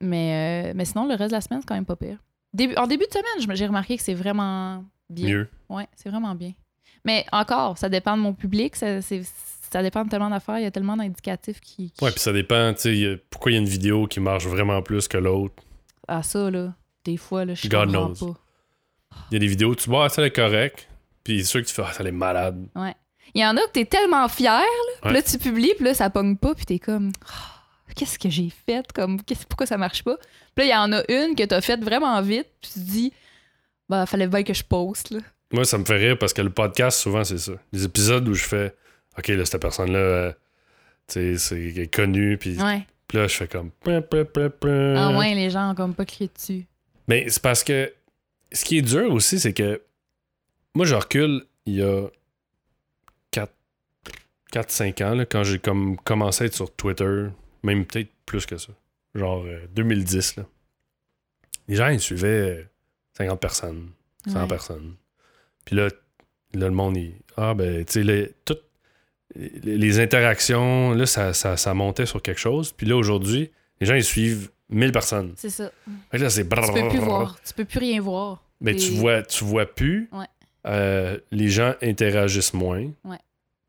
F: mais, euh, mais sinon, le reste de la semaine, c'est quand même pas pire. Début- en début de semaine, je me- j'ai remarqué que c'est vraiment bien.
A: Mieux.
F: Ouais, c'est vraiment bien. Mais encore, ça dépend de mon public, ça, c'est- ça dépend de tellement d'affaires, il y a tellement d'indicatifs qui, qui-
A: Ouais, puis ça dépend, tu sais, y a- pourquoi il y a une vidéo qui marche vraiment plus que l'autre.
F: Ah, ça, là, des fois, là, je
A: God
F: comprends
A: knows.
F: pas.
A: Il y a des vidéos, tu vois, ah, ça, elle est correcte. Puis ceux que tu fais, ah, ça, elle est malade.
F: Il y en a que t'es tellement fier, là, puis
A: Ouais.
F: là, tu publies, puis là, ça pogne pas, puis t'es comme, Ah, qu'est-ce que j'ai fait, comme, qu'est-ce- pourquoi ça marche pas? Puis là, il y en a une que t'as faite vraiment vite, puis tu te dis, bah, fallait bien que je poste, là.
A: Moi, ça me fait rire parce que le podcast, souvent, c'est ça. Les épisodes où je fais, OK, là, cette personne-là, euh, tu sais, c'est elle est connue, puis
F: Ouais.
A: puis là, je fais comme. Pin, pin, pin, pin.
F: Ah ouais, les gens ont comme pas crié dessus.
A: Mais c'est parce que ce qui est dur aussi, c'est que moi, je recule il y a 4-5 ans, là, quand j'ai comme commencé à être sur Twitter, même peut-être plus que ça, genre euh, 2010. Là. Les gens, ils suivaient euh, 50 personnes, 100
F: Ouais.
A: personnes. Puis là, là, le monde, il. Ah, ben, tu sais, les- toutes les les interactions, là, ça, ça, ça montait sur quelque chose. Puis là, aujourd'hui, les gens, ils suivent 1000 personnes.
F: C'est ça.
A: Fait que là, c'est
F: Tu peux plus voir. Tu peux plus rien voir.
A: Mais tu
F: Des-
A: vois, tu vois plus.
F: Ouais.
A: Euh, les gens interagissent moins.
F: Ouais.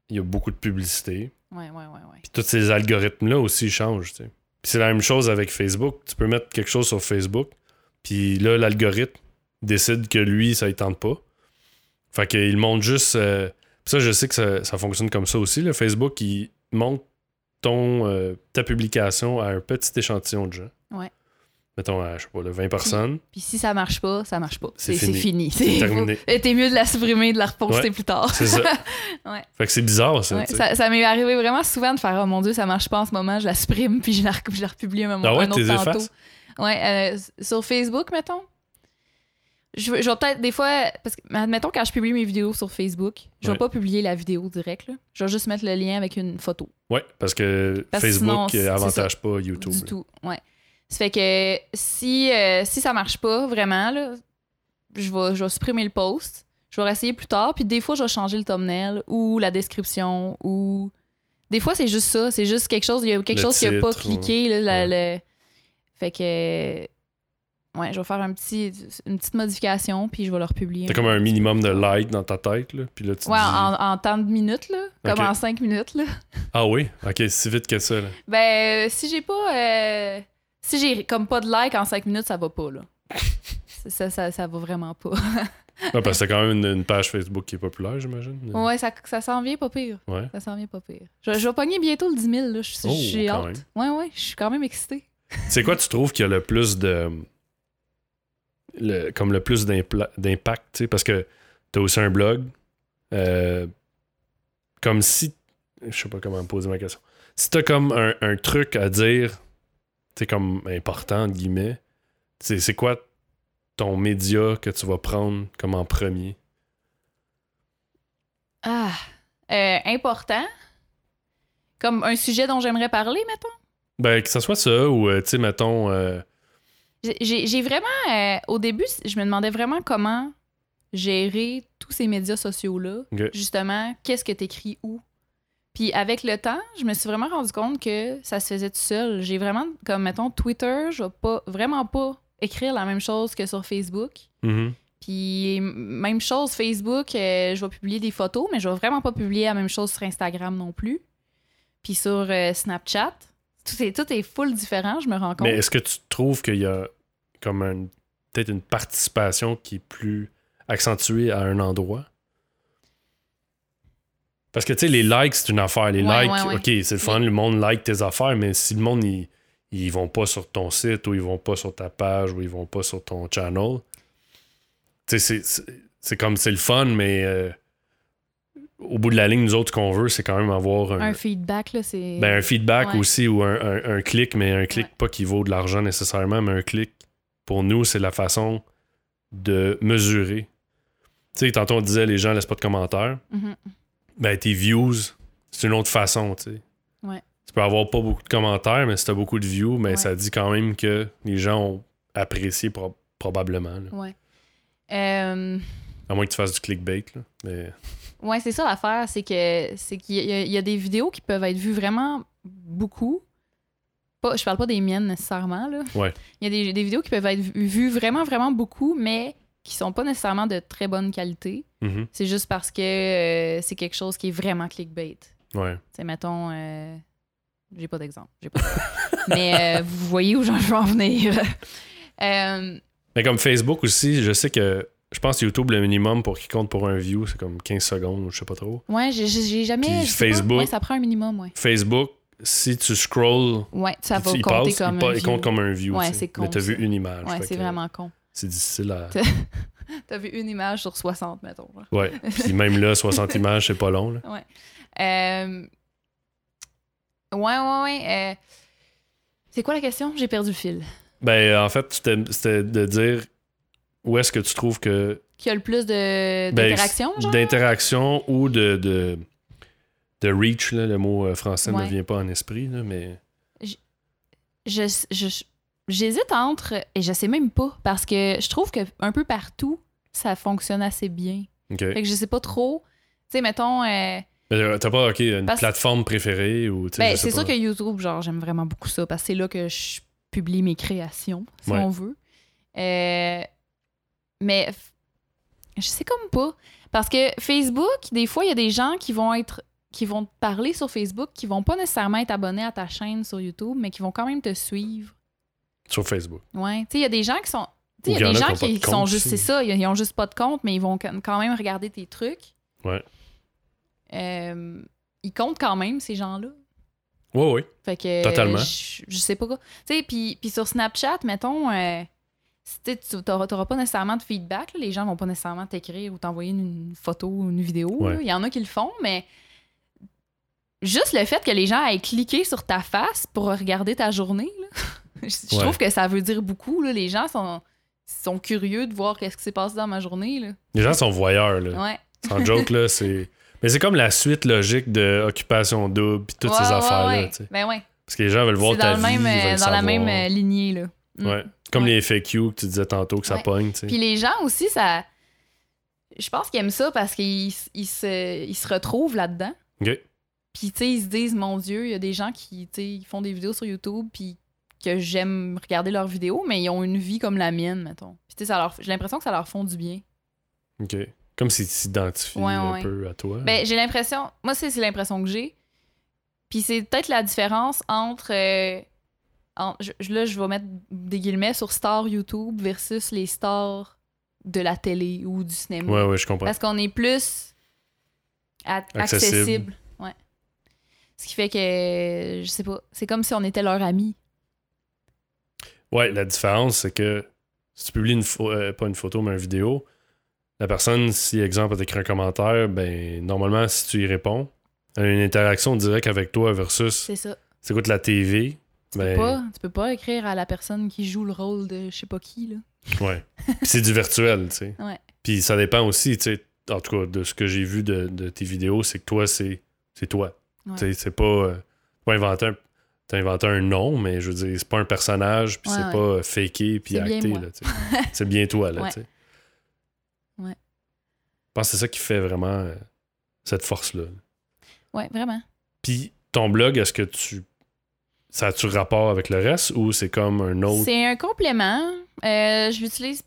A: il y a beaucoup de publicité.
F: Ouais, ouais, ouais, ouais.
A: Puis tous ces algorithmes-là aussi changent. tu sais. Puis c'est la même chose avec Facebook. Tu peux mettre quelque chose sur Facebook, puis là, l'algorithme décide que lui, ça ne tente pas. Fait qu'il monte juste. euh, puis ça, je sais que ça, ça fonctionne comme ça aussi. Le Facebook, il monte ton, euh, ta publication à un petit échantillon de gens.
F: Ouais.
A: Mettons, à, je sais pas, là, 20 personnes.
F: Puis si ça marche pas, ça marche pas.
A: C'est
F: C'est c'est fini.
A: C'est terminé.
F: Et T'es mieux de la supprimer, de la reposter
A: Ouais.
F: plus tard.
A: C'est ça.
F: Ouais.
A: Fait que c'est bizarre, ça.
F: Ouais,
A: tu sais.
F: ça ça m'est arrivé vraiment souvent de faire Oh mon Dieu, ça marche pas en ce moment, je la supprime, puis je la, re- je la republie un moment
A: Ah ouais,
F: un autre
A: t'es
F: tantôt.
A: effaces?
F: Ouais, euh, sur Facebook, mettons. Je, vais- je vais peut-être des fois. Parce que, admettons, quand je publie mes vidéos sur Facebook, je vais
A: Ouais.
F: pas publier la vidéo direct. là. Je vais juste mettre le lien avec une photo.
A: Ouais, parce que
F: Parce que sinon,
A: Facebook
F: c'est-
A: euh,
F: c'est
A: avantage pas YouTube.
F: Du
A: là.
F: tout, ouais. Ça fait que si, euh, si ça marche pas vraiment, là, je, vais, je vais supprimer le post. Je vais réessayer plus tard. Puis des fois, je vais changer le thumbnail ou la description ou. Des fois, c'est juste ça. C'est juste quelque chose. Il y a quelque
A: Le
F: chose qui a pas
A: titre,
F: cliqué. là, la- le- Fait que. Ouais, je vais faire un petit, une petite modification, puis je vais le republier.
A: T'as comme un minimum de likes dans ta tête, là. Puis là, tu te
F: Ouais,
A: dis,
F: en, en temps de minutes, là. Comme
A: Ok.
F: en cinq minutes, là.
A: Ah oui? Ok, si vite que ça, là.
F: Ben, euh, si j'ai pas. euh, si j'ai comme pas de like en 5 minutes, ça va pas, là. ça, ça, ça va vraiment pas.
A: Ouais, parce que c'est quand même une, une page Facebook qui est populaire, j'imagine.
F: ouais, ça, ça s'en vient pas pire.
A: Ouais.
F: Ça s'en vient pas pire. Je, je vais pogner bientôt le 10 000, là. Je-
A: Oh,
F: J'ai
A: quand
F: hâte. Ouais, ouais, je suis quand même excitée.
A: C'est quoi tu trouves qu'il y a le plus de. le- comme le plus d'impla- d'impact, tu sais? Parce que t'as aussi un blog. euh, comme si. Je sais pas comment me poser ma question. Si t'as comme un, un truc à dire, tu sais, comme important, entre guillemets, c'est c'est quoi ton média que tu vas prendre comme en premier?
F: Ah. Euh, important. Comme un sujet dont j'aimerais parler, mettons.
A: Ben, que ce soit ça ou, euh, tu sais, mettons. euh,
F: J'ai- J'ai j'ai vraiment. euh, au début, je me demandais vraiment comment gérer tous ces médias sociaux-là.
A: Ok.
F: Justement, qu'est-ce que t'écris où? Puis avec le temps, je me suis vraiment rendu compte que ça se faisait tout seul. J'ai vraiment, comme mettons, Twitter, je vais pas, vraiment pas écrire la même chose que sur Facebook.
A: mhm.
F: Puis m- même chose, Facebook, euh, je vais publier des photos, mais je vais vraiment pas publier la même chose sur Instagram non plus. Puis sur euh, Snapchat, tout est, tout est full différent, je me rends compte.
A: Mais est-ce que tu trouves qu'il y a comme un- peut-être une participation qui est plus accentuée à un endroit? Parce que, tu sais, les likes, c'est une affaire. Les
F: Ouais,
A: likes,
F: ouais, ouais.
A: OK, c'est le fun, le monde like tes affaires, mais si le monde, ils, ils vont pas sur ton site ou ils vont pas sur ta page ou ils vont pas sur ton channel, tu sais, c'est- c'est- c'est comme c'est le fun, mais euh, au bout de la ligne, nous autres, ce qu'on veut, c'est quand même avoir
F: Un feedback, là, c'est...
A: ben, un feedback
F: Ouais.
A: aussi ou un, un- un clic, mais un clic
F: Ouais.
A: pas qui vaut de l'argent nécessairement, mais un clic, pour nous, c'est la façon de mesurer. Tu sais, tantôt on disait les gens laissent pas de commentaires.
F: Mhm.
A: Ben, tes views, c'est une autre façon, tu sais.
F: Ouais.
A: Tu peux avoir pas beaucoup de commentaires, mais si t'as beaucoup de views, ben,
F: Ouais.
A: ça dit quand même que les gens ont apprécié prob- probablement. là.
F: Euh,
A: À moins que tu fasses du clickbait, là. Mais...
F: ouais, c'est ça l'affaire, c'est que c'est qu'il y, a- il y a des vidéos qui peuvent être vues vraiment beaucoup. Pas, je parle pas des miennes nécessairement, là.
A: Ouais.
F: Il y a des, des vidéos qui peuvent être vues vues vraiment, vraiment beaucoup, mais qui sont pas nécessairement de très bonne qualité.
A: Mhm.
F: C'est juste parce que euh, c'est quelque chose qui est vraiment clickbait. Tu
A: Ouais.
F: sais, mettons, euh, j'ai pas d'exemple, j'ai pas d'exemple. mais euh, vous voyez où j'en veux en venir. Euh,
A: Mais comme Facebook aussi, je sais que je pense que YouTube, le minimum pour qui compte pour un view, c'est comme 15 secondes ou je sais pas trop.
F: ouais, j'ai- j'ai j'ai jamais.
A: Puis
F: je sais pas.
A: Facebook.
F: Ouais, ça prend un minimum, ouais.
A: Facebook, si tu scrolls,
F: Ouais, ça va
A: tu- il
F: compter
A: passe,
F: comme.
A: il,
F: un
A: pa- il
F: view.
A: compte comme un view.
F: Ouais,
A: tu sais.
F: c'est con,
A: Mais t'as vu
F: ça.
A: une image.
F: Ouais,
A: fait
F: c'est
A: que
F: vraiment con.
A: C'est difficile à.
F: T'as- T'as vu une image sur 60, mettons. genre.
A: Ouais. Puis même là, 60 images, c'est pas long. là.
F: Euh, Ouais, ouais, ouais. euh, C'est quoi la question? J'ai perdu le fil.
A: Ben, en fait, c'était c'était de dire où est-ce que tu trouves que.
F: Qui a le plus de-
A: ben,
F: d'interaction, genre?
A: D'interaction ou de. de de reach, là, le mot euh, français ne me
F: Ouais.
A: vient pas en esprit, là, mais
F: je, je- j'hésite entre et je sais même pas parce que je trouve que un peu partout ça fonctionne assez bien.
A: OK.
F: Fait que je sais pas trop. Tu sais, mettons, euh,
A: Mais, euh, T'as pas, OK, une
F: Parce-
A: plateforme préférée ou... tu sais,
F: ben,
A: je sais
F: c'est
A: pas.
F: sûr que YouTube, genre, j'aime vraiment beaucoup ça parce que c'est là que je publie mes créations, si
A: Ouais.
F: on veut. Euh, mais f- je sais comme pas. Parce que Facebook, des fois, il y a des gens qui vont être qui vont te parler sur Facebook, qui vont pas nécessairement être abonnés à ta chaîne sur YouTube, mais qui vont quand même te suivre.
A: Sur Facebook.
F: Ouais. Tu sais, il y a des gens qui sont. Tu sais,
A: Ou
F: il y a des
A: en
F: gens
A: qui ont pas
F: qui,
A: de
F: qui sont
A: compte
F: juste. C'est
A: aussi.
F: ça, ils ils ont juste pas de compte, mais ils vont quand quand même regarder tes trucs.
A: Ouais.
F: Euh, ils comptent quand même, ces gens-là.
A: Oui, oui.
F: Fait que.
A: Totalement.
F: Je, je sais pas quoi. Tu sais, puis, puis sur Snapchat, mettons, euh, si t'es- tu n'auras pas nécessairement de feedback. là, les gens vont pas nécessairement t'écrire ou t'envoyer une, une photo ou une vidéo.
A: Ouais.
F: là. Il y en a qui le font, mais juste le fait que les gens aient cliqué sur ta face pour regarder ta journée, là, je, je
A: Ouais.
F: trouve que ça veut dire beaucoup. là. Les gens sont, sont curieux de voir qu'est-ce qui s'est passé dans ma journée. Là.
A: Les gens sont voyeurs, là.
F: Ouais.
A: Sans joke, là, c'est. Mais c'est comme la suite logique de Occupation Double puis toutes
F: Ouais,
A: ces
F: ouais,
A: affaires-là.
F: ouais.
A: tu sais.
F: Ben ouais.
A: Parce que les gens veulent voir
F: C'est
A: ta
F: dans, le
A: vie.
F: même,
A: ils
F: euh,
A: veulent
F: dans la
A: savoir.
F: même euh, lignée. Là. Mm.
A: Ouais. Comme
F: Ouais.
A: les FAQ que tu disais tantôt que ça
F: Ouais.
A: pogne. tu sais.
F: Puis les gens aussi, ça. Je pense qu'ils aiment ça parce qu'ils s- ils se, ils se retrouvent là-dedans.
A: Ok.
F: Puis, tu sais, ils se disent, mon Dieu, il y a des gens qui, tu sais, ils font des vidéos sur YouTube, puis que j'aime regarder leurs vidéos, mais ils ont une vie comme la mienne, mettons. Puis, tu sais, ça leur- j'ai l'impression que ça leur font du bien.
A: OK. Comme s'ils s'identifient
F: Ouais,
A: un
F: ouais.
A: peu à toi.
F: Ben, j'ai l'impression. Moi, c'est c'est l'impression que j'ai. Puis c'est peut-être la différence entre. euh, en- je- je- là, je vais mettre des guillemets sur stars YouTube versus les stars de la télé ou du cinéma.
A: ouais, ouais, je comprends.
F: Parce qu'on est plus a-
A: Accessible.
F: accessible. Ouais. Ce qui fait que, je sais pas, c'est comme si on était leur ami.
A: Ouais, la différence, c'est que si tu publies une pho- euh, pas une photo, mais une vidéo, la personne, si exemple, elle t'écrit un commentaire, ben normalement, si tu y réponds, elle a une interaction directe avec toi versus
F: C'est ça.
A: si t'écoutes la TV.
F: Tu,
A: ben,
F: peux pas, tu peux pas écrire à la personne qui joue le rôle de je sais pas qui, là.
A: Ouais. Puis c'est du virtuel, tu sais.
F: Ouais.
A: Puis ça dépend aussi, tu sais, en tout cas, de ce que j'ai vu de, de tes vidéos, c'est que toi, c'est c'est toi.
F: Ouais.
A: Tu sais, c'est pas. euh, pas inventé un. T'as inventé un nom, mais je veux dire, c'est pas un personnage, puis
F: Ouais,
A: c'est
F: ouais.
A: pas euh, faké, puis
F: C'est bien
A: acté.
F: moi.
A: là, tu sais. C'est bien toi, là.
F: Ouais.
A: tu sais.
F: Ouais.
A: Je pense que c'est ça qui fait vraiment euh, cette force-là.
F: Ouais, vraiment.
A: Puis ton blog, est-ce que tu. Ça a-tu rapport avec le reste ou c'est comme un autre.
F: C'est un complément. Euh, je l'utilise.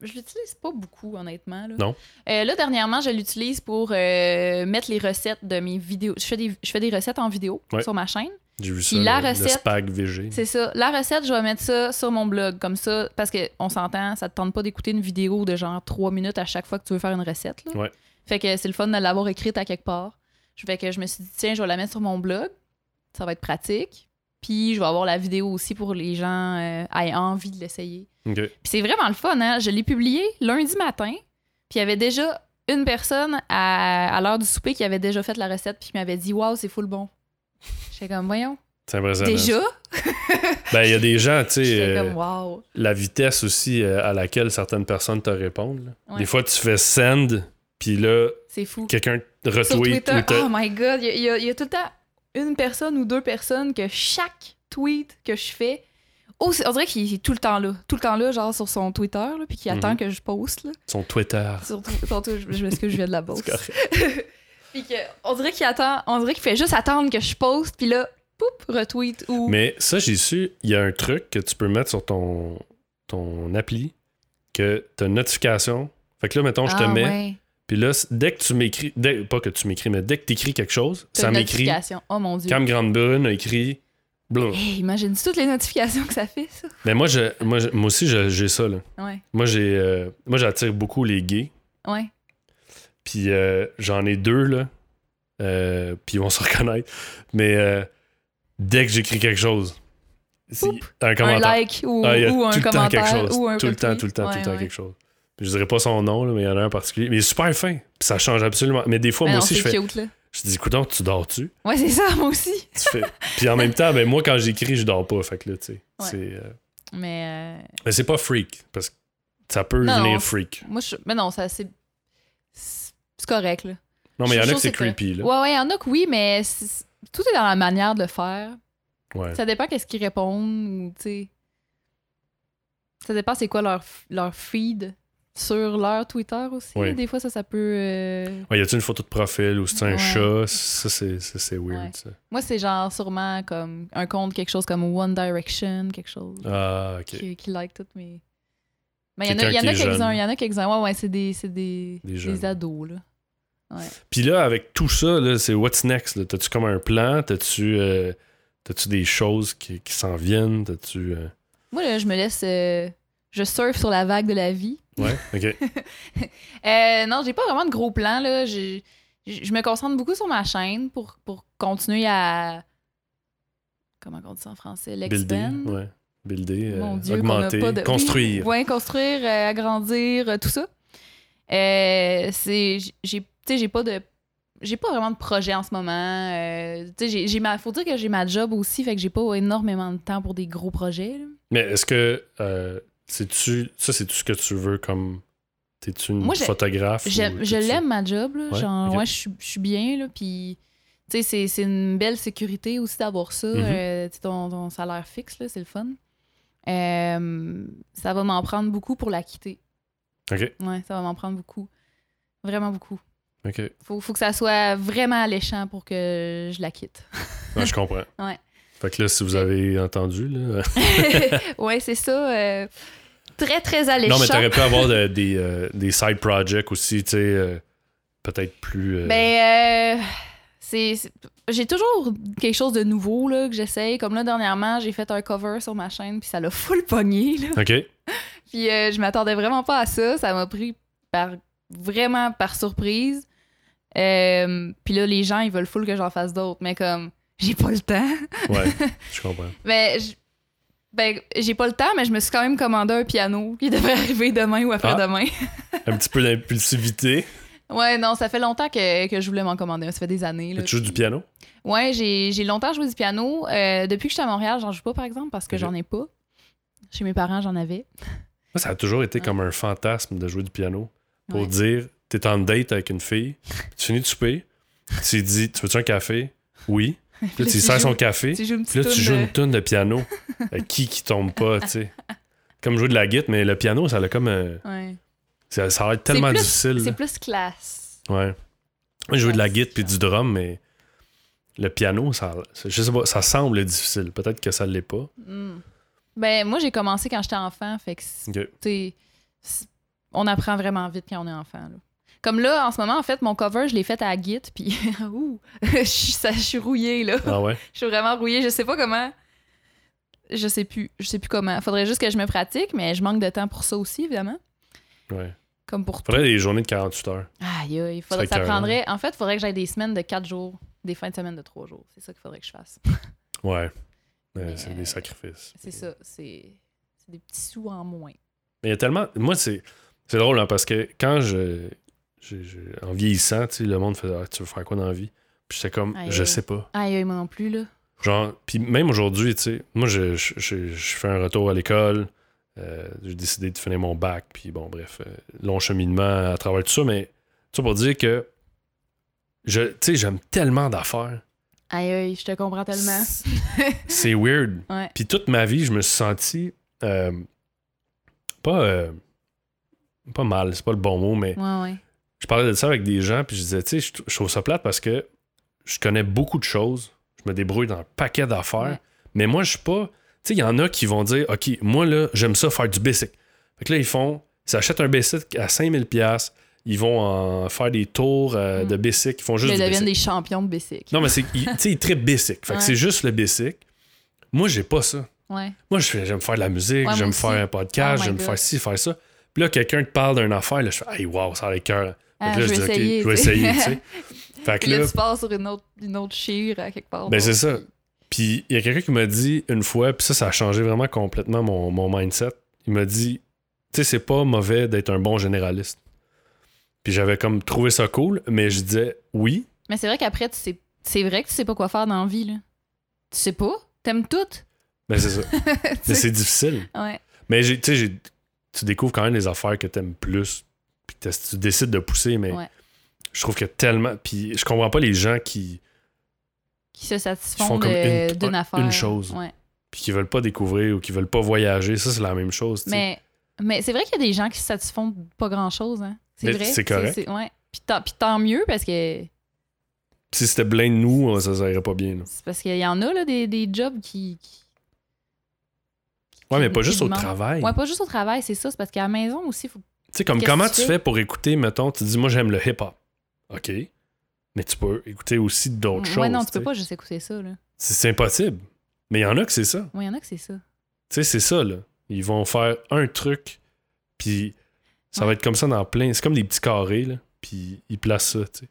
F: Je l'utilise pas beaucoup, honnêtement. Là.
A: Non.
F: Euh, là, dernièrement, je l'utilise pour euh, mettre les recettes de mes vidéos. Je fais des, je fais des recettes en vidéo
A: Ouais.
F: sur ma chaîne.
A: J'ai vu ça.
F: Puis la
A: le- le
F: recette-
A: spag VG.
F: C'est ça. La recette, je vais mettre ça sur mon blog, comme ça, parce que on s'entend, ça te tente pas d'écouter une vidéo de genre trois minutes à chaque fois que tu veux faire une recette. là.
A: Ouais.
F: Fait que c'est le fun de l'avoir écrite à quelque part. Je Fait que je me suis dit, tiens, je vais la mettre sur mon blog. Ça va être pratique. Puis je vais avoir la vidéo aussi pour les gens euh, aient envie de l'essayer.
A: Ok.
F: Puis c'est vraiment le fun, hein? Je l'ai publié lundi matin, puis il y avait déjà une personne à, à l'heure du souper qui avait déjà fait la recette, puis qui m'avait dit « Wow, c'est full bon! » J'étais comme « Voyons,
A: C'est impressionnant.
F: déjà?
A: Ben, il y a des gens, tu » sais,
F: J'étais
A: euh,
F: comme « Wow!
A: la vitesse aussi euh, à laquelle certaines personnes te répondent. là.
F: Ouais.
A: Des fois, tu fais send, puis là, »
F: C'est fou.
A: quelqu'un te
F: Sur
A: retweet.
F: Twitter,
A: ou te-
F: oh my God! Il y, a- il y a- il y a tout le temps une personne ou deux personnes que chaque tweet que je fais... Oh, c'est- on dirait qu'il est tout le temps là. Tout le temps là, genre sur son Twitter, là, puis qu'il
A: Mhm.
F: attend que je poste. Là.
A: Son Twitter.
F: Sur Twi- sur Twi- je je m'excuse, je viens de la bosse.
A: C'est correct.
F: Puis que, on dirait qu'il attend, on dirait qu'il fait juste attendre que je poste, puis là, poup, retweet ou.
A: Mais ça, j'ai su, il y a un truc que tu peux mettre sur ton, ton appli, que t'as une notification. Fait que là, mettons, je te
F: Ah,
A: mets,
F: ouais.
A: puis là, c- dès que tu m'écris, dès- pas que tu m'écris, mais dès que t'écris quelque chose,
F: T'as
A: ça
F: une
A: m'écrit.
F: notification. Oh mon dieu.
A: Cam Grande Brune a écrit. Blum.
F: Hey, imagine toutes les notifications que ça fait, ça.
A: Mais moi, je, moi, je- moi aussi, je- j'ai ça, là.
F: Ouais,
A: Moi, j'ai, euh, moi, j'attire beaucoup les gays.
F: ouais.
A: Puis euh, j'en ai deux, là. Euh, puis ils vont se reconnaître. Mais euh, dès que j'écris quelque chose, c'est
F: Oup.
A: un
F: Un
A: commentaire.
F: like ou,
A: Ah, il y a
F: ou un
A: tout le temps quelque
F: commentaire
A: chose.
F: ou un
A: tout le temps,
F: retweet.
A: tout le temps, tout
F: Ouais,
A: le temps
F: ouais.
A: quelque chose. Je dirais pas son nom, là, mais il y en a un en particulier. Mais il est super fin. Puis ça change absolument. Mais des fois,
F: Mais
A: moi
F: Ah non,
A: aussi, je
F: c'est
A: fais.
F: cute, là.
A: Je dis, écoute, tu dors-tu?
F: Ouais, c'est ça, moi aussi.
A: Tu fais- puis en même temps, ben, moi, quand j'écris, je dors pas. Fait que là, tu sais.
F: Ouais.
A: C'est, euh,
F: Mais euh,
A: Mais c'est pas freak. Parce que ça peut
F: Non,
A: venir
F: non.
A: freak.
F: moi, je. Mais non, ça, c'est. C'est c'est correct, là.
A: Non, mais il y
F: Je
A: en a
F: suis
A: que c'est
F: sûre que-
A: creepy, là.
F: Ouais, ouais, il y en a que oui, mais c'est- tout est dans la manière de le faire.
A: Ouais.
F: Ça dépend qu'est-ce qu'ils répondent, ou, tu sais. Ça dépend c'est quoi leur, f- leur feed sur leur Twitter aussi.
A: Oui.
F: Des fois, ça, ça peut... euh,
A: Ouais, y a-tu une photo de profil ou c'est un
F: Ouais.
A: chat? Ça, c'est, ça, c'est weird,
F: Ouais.
A: ça.
F: Moi, c'est genre sûrement comme un compte, quelque chose comme One Direction, quelque chose,
A: Ah, ok.
F: qui, qui like toutes mes... Mais il y en a,
A: Quelqu'un
F: il y en
A: qui est
F: a
A: jeune.
F: quelques-uns, il y en a quelques-uns. Ouais, ouais, c'est des, c'est des,
A: Des jeunes.
F: ados, là. Ouais.
A: Puis là, avec tout ça, là, c'est what's next? là? T'as-tu comme un plan? T'as-tu euh, t'as-tu des choses qui, qui s'en viennent? T'as-tu. euh,
F: Moi, là, je me laisse. euh, je surfe sur la vague de la vie.
A: Ouais, ok.
F: Euh, non, j'ai pas vraiment de gros plans. Là. Je, je- je me concentre beaucoup sur ma chaîne pour, pour continuer à. Comment on dit ça en français?
A: Builder.
F: L'expand.
A: Ouais. Builder, euh,
F: Mon Dieu, qu'on a
A: augmenter,
F: pas de...
A: construire.
F: Oui, ouais, construire, euh, agrandir, euh, tout ça. Euh, c'est, j- j'ai, tu sais, j'ai pas de, j'ai pas vraiment de projet en ce moment. Euh, tu sais, j'ai, j'ai ma, faut dire que j'ai ma job aussi, fait que j'ai pas énormément de temps pour des gros projets. là.
A: Mais est-ce que. euh, c'est-tu, ça, c'est-tu ce que tu veux comme. T'es-tu une
F: Moi, je-
A: photographe? ou
F: J'aime- je
A: t'es-tu-
F: l'aime ma job, là.
A: Ouais,
F: genre
A: ok.
F: ouais, je suis- je suis bien là, puis tu sais, c'est, c'est une belle sécurité aussi d'avoir ça,
A: Mhm.
F: euh, tu sais, ton, ton salaire fixe là, c'est le fun. Euh, ça va m'en prendre beaucoup pour la quitter.
A: Ok,
F: Ouais, ça va m'en prendre beaucoup, vraiment beaucoup.
A: ok.
F: Faut, faut que ça soit vraiment alléchant pour que je la quitte.
A: Ouais, je comprends.
F: Ouais.
A: Fait que là, si vous avez entendu, là.
F: ouais, c'est ça. euh, très, très
A: non, mais
F: alléchant.
A: t'aurais pu avoir de- des, euh, des side projects aussi, tu sais. euh, Peut-être plus. euh,
F: Ben, euh, c'est. c'est- J'ai toujours quelque chose de nouveau là, que j'essaye. Comme là, dernièrement, j'ai fait un cover sur ma chaîne, puis ça l'a full pogné. Là.
A: Ok.
F: Puis euh, je m'attendais vraiment pas à ça. Ça m'a pris par, vraiment par surprise. Euh, puis là, les gens, ils veulent full que j'en fasse d'autres, mais comme, j'ai pas le temps.
A: Ouais, je comprends.
F: Mais je- ben, j'ai pas le temps, mais je me suis quand même commandé un piano qui devrait arriver demain ou
A: Ah.
F: après-demain.
A: Un petit peu d'impulsivité.
F: ouais, non, ça fait longtemps que, que je voulais m'en commander. un. Ça fait des années. Là.
A: Tu joues du piano?
F: Ouais, j'ai j'ai longtemps joué du piano. Euh, depuis que je suis à Montréal, j'en joue pas, par exemple, parce que
A: Ok.
F: j'en ai pas. Chez mes parents, j'en avais.
A: Moi, ça a toujours été
F: Ouais.
A: comme un fantasme de jouer du piano pour
F: Ouais.
A: dire t'es en date avec une fille, tu finis de souper, tu dis tu veux-tu un café? Oui. Là, tu
F: tu
A: lui sers son
F: joues-
A: café.
F: Tu joues une
A: Puis là,
F: petite
A: tu
F: toune
A: joues
F: de-
A: une tonne de piano. Euh, qui qui tombe pas, tu sais. Comme jouer de la guitare, mais le piano, ça a comme. euh,
F: Ouais.
A: ça, ça a l'air tellement
F: plus-
A: difficile.
F: C'est
A: là.
F: plus classe.
A: Ouais. Moi, Jouer de la
F: Ouais,
A: guitare puis
F: c'est
A: du drum, mais le piano, ça, ça- je sais pas, ça semble difficile. Peut-être que ça l'est pas.
F: Mm. Ben, moi, j'ai commencé quand j'étais enfant, fait que c'est-
A: Ok.
F: t'sais, c'est- on apprend vraiment vite quand on est enfant. là. Comme là, en ce moment, en fait, mon cover, je l'ai fait à Git, puis ouh, je suis ça- je suis rouillée, là.
A: Ah ouais?
F: Je suis vraiment rouillée, je sais pas comment. Je sais plus, je sais plus comment. Faudrait juste que je me pratique, mais je manque de temps pour ça aussi, évidemment.
A: Ouais.
F: Comme pour tout.
A: Faudrait des journées de 48 heures.
F: Aïe, aïe, faudrait
A: Ça
F: ça
A: écœurant.
F: prendrait. En fait, faudrait que j'aille des semaines de 4 jours, des fins de semaine de 3 jours. C'est ça qu'il faudrait que je fasse.
A: Ouais. Ouais,
F: Mais,
A: c'est
F: euh,
A: des sacrifices.
F: C'est ça, c'est c'est des petits sous en moins.
A: Mais il y a tellement. Moi, c'est c'est drôle, hein, parce que quand je. je- je- en vieillissant, tu sais, le monde faisait Ah, Tu veux faire quoi dans la vie? Puis j'étais comme
F: Aïe,
A: Je
F: aïe.
A: sais pas.
F: Aïe, aïe, moi non plus, là.
A: Genre, puis même aujourd'hui, tu sais, moi, je, je, je- je fais un retour à l'école. euh, j'ai décidé de finir mon bac, puis bon, bref, euh, long cheminement à travers tout ça, mais tout ça pour dire que, je, tu sais, j'aime tellement d'affaires.
F: Aïe, aïe, je te comprends tellement.
A: C'est weird.
F: Ouais.
A: Puis toute ma vie, je me suis senti euh, pas, euh, pas mal, c'est pas le bon mot, mais
F: Ouais, ouais.
A: je parlais de ça avec des gens, puis je disais, tu sais, je, je trouve ça plate parce que je connais beaucoup de choses, je me débrouille dans un paquet d'affaires,
F: Ouais.
A: mais moi, je suis pas. Tu sais, il y en a qui vont dire, OK, moi, là, j'aime ça faire du basic. Fait que là, ils font, ils achètent un basic à 5000$, ils vont en faire des tours euh,
F: Mm.
A: de basic, ils font
F: Ils
A: juste du
F: deviennent
A: basic.
F: des champions de basic.
A: Non, mais c'est, ils- tu sais, ils trippent basic. Fait
F: Ouais.
A: que c'est juste le basic. Moi, j'ai pas ça.
F: Ouais.
A: Moi, je fais- j'aime faire de la musique,
F: Ouais, moi
A: j'aime
F: aussi.
A: faire un podcast,
F: Oh my
A: j'aime
F: God.
A: faire ci, faire ça. Puis là, quelqu'un te parle d'une affaire, là, je fais, hey, wow, ça a les cœurs.
F: Ah,
A: là,
F: je vais
A: dis, OK,
F: essayer.
A: je vais
F: tu sais.
A: essayer, tu sais. Fait que
F: Puis là,
A: là,
F: tu pars sur une autre, une autre chire à quelque part.
A: ben
F: donc.
A: c'est ça. Puis il y a quelqu'un qui m'a dit une fois, puis ça, ça a changé vraiment complètement mon, mon mindset. Il m'a dit, tu sais, c'est pas mauvais d'être un bon généraliste. Puis j'avais comme trouvé ça cool, mais je disais, oui,
F: Mais c'est vrai qu'après, tu sais... c'est vrai que tu sais pas quoi faire dans la vie, là. Tu sais pas? T'aimes tout?
A: ben c'est ça.
F: Tu
A: mais
F: sais.
A: c'est difficile.
F: Ouais.
A: Mais j'ai- tu sais, j'ai- tu découvres quand même les affaires que t'aimes plus, puis que t'as- tu décides de pousser, mais
F: Ouais.
A: je trouve que tellement. Puis je comprends pas les gens qui,
F: Qui se
A: Ils font
F: satisfont
A: comme
F: de-
A: une-
F: d'une
A: une
F: affaire.
A: chose.
F: Ouais.
A: puis qui veulent pas découvrir ou qui veulent pas voyager. Ça, c'est la même chose. tu sais.
F: Mais, mais c'est vrai qu'il y a des gens qui se satisfont de pas grand-chose, hein. C'est
A: Mais
F: vrai.
A: c'est correct.
F: c'est- ouais. Puis tant, puis tant mieux, parce que
A: Si c'était plein de nous, ça, ça irait pas bien. là.
F: c'est parce qu'il y en a, là, des, des jobs qui... qui-
A: Ouais, mais pas
F: qui
A: juste au
F: demandent-
A: travail.
F: Ouais, pas juste au travail, c'est ça. C'est parce qu'à la maison aussi, faut
A: Tu sais, comme
F: Qu'est-ce
A: comment
F: que tu
A: tu
F: fais?
A: fais pour écouter, mettons, tu dis, moi j'aime le hip-hop. OK. Mais tu peux écouter aussi d'autres choses.
F: Ouais, non, tu
A: tu
F: peux
A: sais.
F: pas juste écouter ça, là.
A: C'est c'est impossible. Mais il y en a que c'est ça.
F: Ouais, il y en a que c'est ça.
A: Tu sais, c'est ça, là. Ils vont faire un truc, puis ça va être comme ça dans plein. C'est comme des petits carrés, là. Puis ils placent ça, tu sais.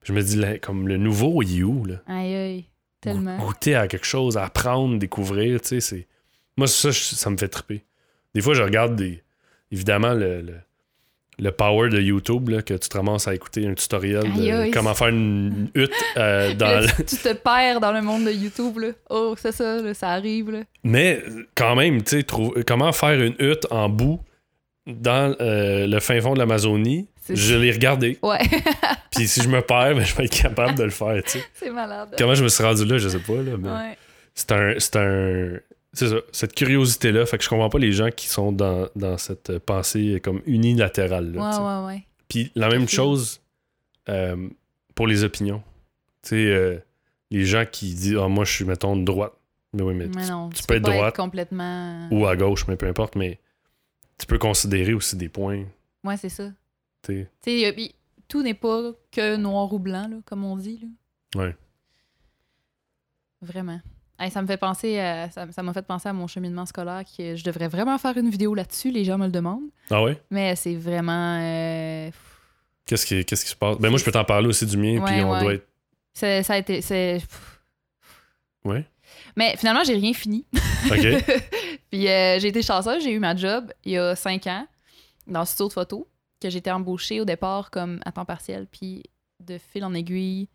A: Puis Je me dis, là, comme le nouveau, il est où, là?
F: Aïe, aïe. Tellement.
A: Go- Goûter à quelque chose, apprendre, découvrir, tu sais. c'est- Moi, ça, je- ça me fait triper. Des fois, je regarde des. Évidemment, le. le le power de YouTube, là, que tu te ramasses à écouter un tutoriel de
F: Aïe, aïe.
A: comment faire une hutte euh, dans,
F: Là, tu, tu te perds dans le monde de YouTube, là. Oh, c'est ça, là, ça arrive, là.
A: Mais quand même, tu sais, trou- comment faire une hutte en boue dans euh, le fin fond de l'Amazonie,
F: C'est-
A: je l'ai regardé.
F: Ouais,
A: Puis si je me perds, ben, je vais être capable de le faire, tu sais.
F: c'est malade.
A: Comment je me suis rendu là, je sais pas, là, mais
F: Ouais.
A: c'est un... C'est un- c'est ça, cette curiosité-là. Fait que je comprends pas les gens qui sont dans, dans cette euh, pensée comme unilatérale.
F: ouais,
A: là, tu sais.
F: ouais, ouais.
A: Puis la même
F: fait.
A: chose euh, pour les opinions. Tu sais, euh, les gens qui disent « Ah, moi, je suis, mettons, de droite. » Mais oui, mais
F: Mais non, tu,
A: peux
F: peux,
A: être
F: pas
A: droite.
F: être complètement.
A: ou à gauche, mais peu importe, mais tu peux considérer aussi des points.
F: Ouais, c'est ça.
A: tu sais.
F: Tu sais, y a- y- tout n'est pas que noir ou blanc, là, comme on dit. Là.
A: Ouais.
F: Vraiment. Hey, ça me fait penser à, ça ça m'a fait penser à mon cheminement scolaire que je devrais vraiment faire une vidéo là-dessus, les gens me le demandent.
A: Ah ouais?
F: Mais c'est vraiment euh, pff,
A: Qu'est-ce qui, qu'est-ce qui se passe? Ben moi, je peux t'en parler aussi du mien, puis
F: Ouais,
A: on
F: ouais.
A: doit être.
F: c'est- ça a été c'est pff.
A: Ouais.
F: Mais finalement, j'ai rien fini.
A: OK.
F: Puis euh, j'ai été chanceuse, j'ai eu ma job il y a cinq ans dans le studio de photo, que j'étais embauchée au départ comme à temps partiel, puis de fil en aiguille,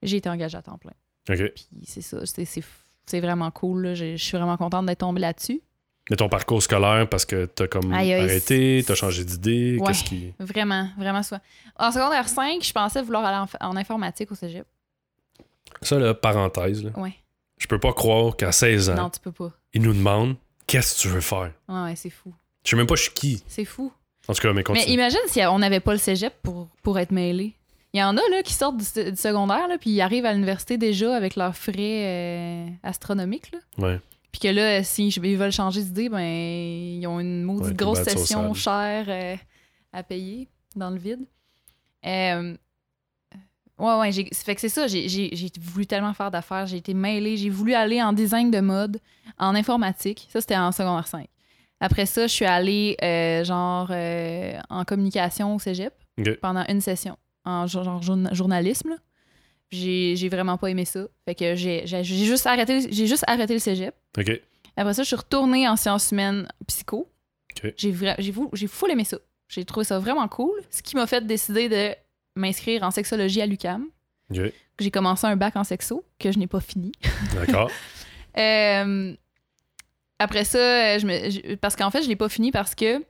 F: j'ai été engagée à temps plein.
A: OK.
F: Puis c'est ça, c'est- c'est c'est vraiment cool, là. je je suis vraiment contente d'être tombée là-dessus.
A: Mais ton parcours scolaire, parce que t'as comme
F: Aïe, aïe,
A: arrêté,
F: c'est-
A: t'as changé d'idée,
F: Ouais.
A: qu'est-ce qui.
F: Vraiment, vraiment ça. En secondaire 5, je pensais vouloir aller en, fa- en informatique au cégep.
A: Ça, là, parenthèse, là.
F: Ouais.
A: Je peux pas croire qu'à 16 ans,
F: Non, tu peux pas.
A: ils nous demandent qu'est-ce que tu veux faire.
F: Ouais, ouais, c'est fou.
A: Je sais même pas je suis qui.
F: C'est fou.
A: En tout cas, mais continue.
F: Mais imagine si on n'avait pas le cégep pour, pour être mêlé. Il y en a là, qui sortent du, du secondaire, là, puis ils arrivent à l'université déjà avec leurs frais euh, astronomiques. là.
A: Ouais.
F: Puis que là, s'ils ils veulent changer d'idée, ben, ils ont une maudite
A: Ouais, des
F: grosse
A: battes
F: session
A: sociales.
F: chère euh, à payer dans le vide. Euh, ouais, ouais, j'ai- fait que c'est ça. J'ai, j'ai- j'ai voulu tellement faire d'affaires. J'ai été mêlée. J'ai voulu aller en design de mode, en informatique. Ça, c'était en secondaire 5. Après ça, je suis allée euh, genre euh, en communication au cégep
A: Ok.
F: pendant une session en jo- genre journa- journalisme. là. J'ai j'ai vraiment pas aimé ça. Fait que j'ai j'ai- j'ai juste arrêté j'ai juste arrêté le cégep.
A: OK.
F: Après ça, je suis retournée en sciences humaines psycho.
A: Ok.
F: J'ai vra- j'ai fou- j'ai full aimé ça. J'ai trouvé ça vraiment cool, ce qui m'a fait décider de m'inscrire en sexologie à l'UCAM.
A: OK.
F: J'ai commencé un bac en sexo que je n'ai pas fini.
A: D'accord.
F: Euh, après ça, euh, je me, je- parce qu'en fait, je l'ai pas fini parce que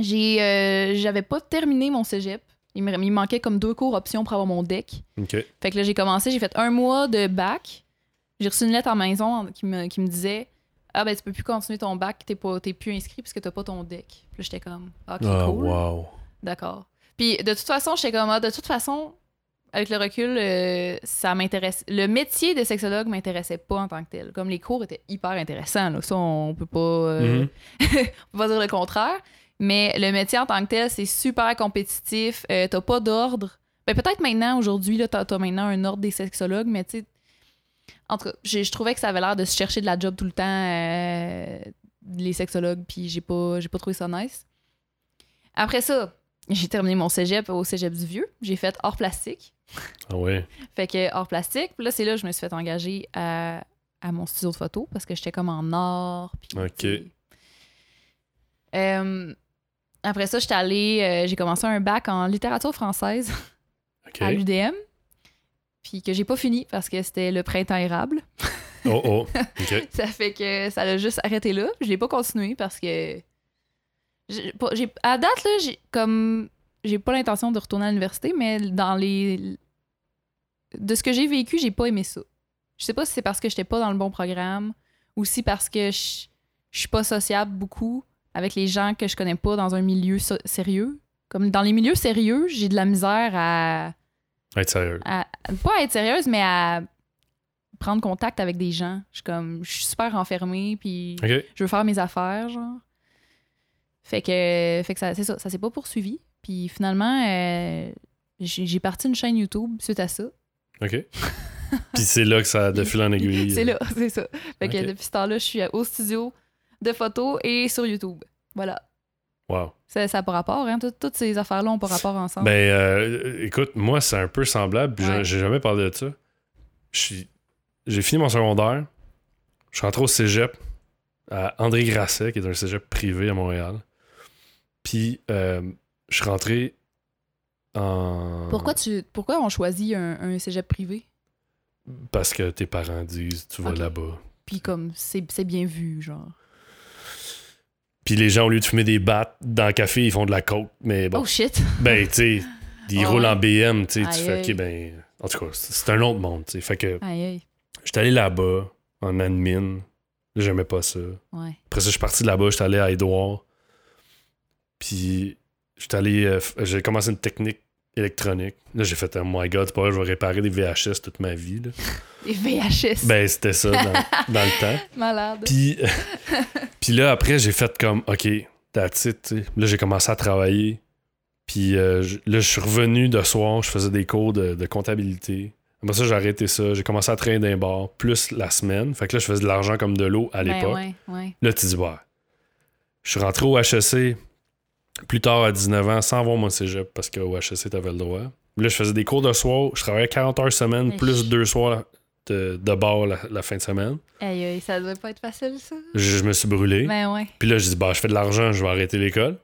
F: j'ai, euh, j'avais pas terminé mon cégep. Il me, il me manquait comme deux cours options pour avoir mon E deck.
A: OK.
F: Fait que là, j'ai commencé, j'ai fait un mois de bac. J'ai reçu une lettre en maison en- qui me, qui me disait Ah, ben, tu peux plus continuer ton bac, t'es, pas, t'es plus inscrit puisque t'as pas ton deck. Puis là, j'étais comme Ah, ok,
A: Ah,
F: cool.
A: wow.
F: D'accord. Puis de toute façon, j'étais comme, ah, de toute façon, avec le recul, euh, ça m'intéresse. Le métier de sexologue m'intéressait pas en tant que tel. Comme les cours étaient hyper intéressants, là. ça, on peut pas, euh,
A: Mhm.
F: on peut pas dire le contraire. Mais le métier en tant que tel, c'est super compétitif. Euh, t'as pas d'ordre. Ben, peut-être maintenant, aujourd'hui, là, t'as, t'as maintenant un ordre des sexologues, mais tu sais. En tout cas, j'ai- je trouvais que ça avait l'air de se chercher de la job tout le temps, euh, les sexologues, puis j'ai pas, j'ai pas trouvé ça nice. Après ça, j'ai terminé mon cégep au cégep du Vieux. J'ai fait hors plastique.
A: Ah ouais.
F: Fait que hors plastique, puis là, c'est là que je me suis fait engager à, à mon studio de photo parce que j'étais comme en or. Puis,
A: Ok.
F: tu sais. Euh, après ça, j'étais allée, euh, j'ai commencé un bac en littérature française
A: OK.
F: à l'UDM, puis que j'ai pas fini parce que c'était le printemps érable.
A: Oh, oh. OK.
F: Ça fait que ça l'a juste arrêté là. Je l'ai pas continué parce que. j'ai pas- j'ai- à date, là, j'ai comme. J'ai pas l'intention de retourner à l'université, mais dans les. De ce que j'ai vécu, j'ai pas aimé ça. Je sais pas si c'est parce que j'étais pas dans le bon programme ou si parce que je je suis pas sociable beaucoup avec les gens que je connais pas dans un milieu so- sérieux. Comme dans les milieux sérieux, j'ai de la misère à
A: Être sérieux.
F: à- pas à être sérieuse, mais à prendre contact avec des gens. Je suis comme, je suis super enfermée, puis
A: OK.
F: je veux faire mes affaires, genre. Fait que, fait que ça, c'est ça, ça s'est pas poursuivi. Puis finalement, euh, j'ai j'ai parti une chaîne YouTube suite à ça.
A: OK. Puis c'est là que ça, de fil en aiguille.
F: C'est là, c'est ça. Fait que
A: Ok.
F: depuis ce temps-là, je suis au studio de photos et sur YouTube. Voilà.
A: Wow.
F: Ça n'a pas rapport, hein? Tout- toutes ces affaires-là ont pas rapport ensemble.
A: Ben, euh, écoute, moi, c'est un peu semblable. puis j'ai-
F: Ouais.
A: J'ai jamais parlé de ça. Je suis- J'ai fini mon secondaire. Je suis rentré au cégep à André Grasset, qui est un cégep privé à Montréal. Puis, euh, je suis rentré en.
F: pourquoi, tu, pourquoi on choisit un, un cégep privé?
A: Parce que tes parents disent, tu vas
F: Ok.
A: là-bas.
F: Puis comme, c'est c'est bien vu, genre.
A: Puis les gens, au lieu de fumer des battes dans le café, ils font de la coke. Mais bon,
F: Oh shit!
A: ben, tu sais, ils
F: Ah
A: roulent en BM, tu sais, tu
F: Aïe,
A: fais, OK,
F: aïe.
A: ben. En tout cas, c'est c'est un autre monde, tu sais. Fait que.
F: Aïe, aïe.
A: J'étais allé là-bas, en admin. Là, J'aimais pas ça.
F: Ouais.
A: Après ça, je suis parti de là-bas, j'étais allé à Edouard. Puis, j'étais allé. euh, f- j'ai commencé une technique électronique. Là, j'ai fait, oh my god, c'est pas vrai, je vais réparer des VHS toute ma vie. là.
F: Les VHS.
A: Ben, c'était ça dans, dans le temps.
F: Malade.
A: Puis, puis là, après, j'ai fait comme, OK, that's it. tu sais. Là, j'ai commencé à travailler. Puis euh, je- là, je suis revenu de soir, je faisais des cours de, de comptabilité. Après ça, j'ai arrêté ça. J'ai commencé à traîner d'un bar, plus la semaine. Fait que là, je faisais de l'argent comme de l'eau à
F: Ben
A: l'époque.
F: ouais, ouais.
A: Là, tu dis, ouais. Je suis rentré au HEC plus tard à 19 ans sans voir mon cégep parce qu'au HEC, t'avais le droit. Là, je faisais des cours de soir. Je travaillais 40 heures semaine,
F: Hey.
A: plus deux soirs de, de bar la, la fin de semaine.
F: Aïe, aïe, ça devait pas être facile, ça.
A: Je, je me suis brûlé.
F: Ben ouais.
A: Puis là, je dis, bah, je fais de l'argent, je vais arrêter l'école.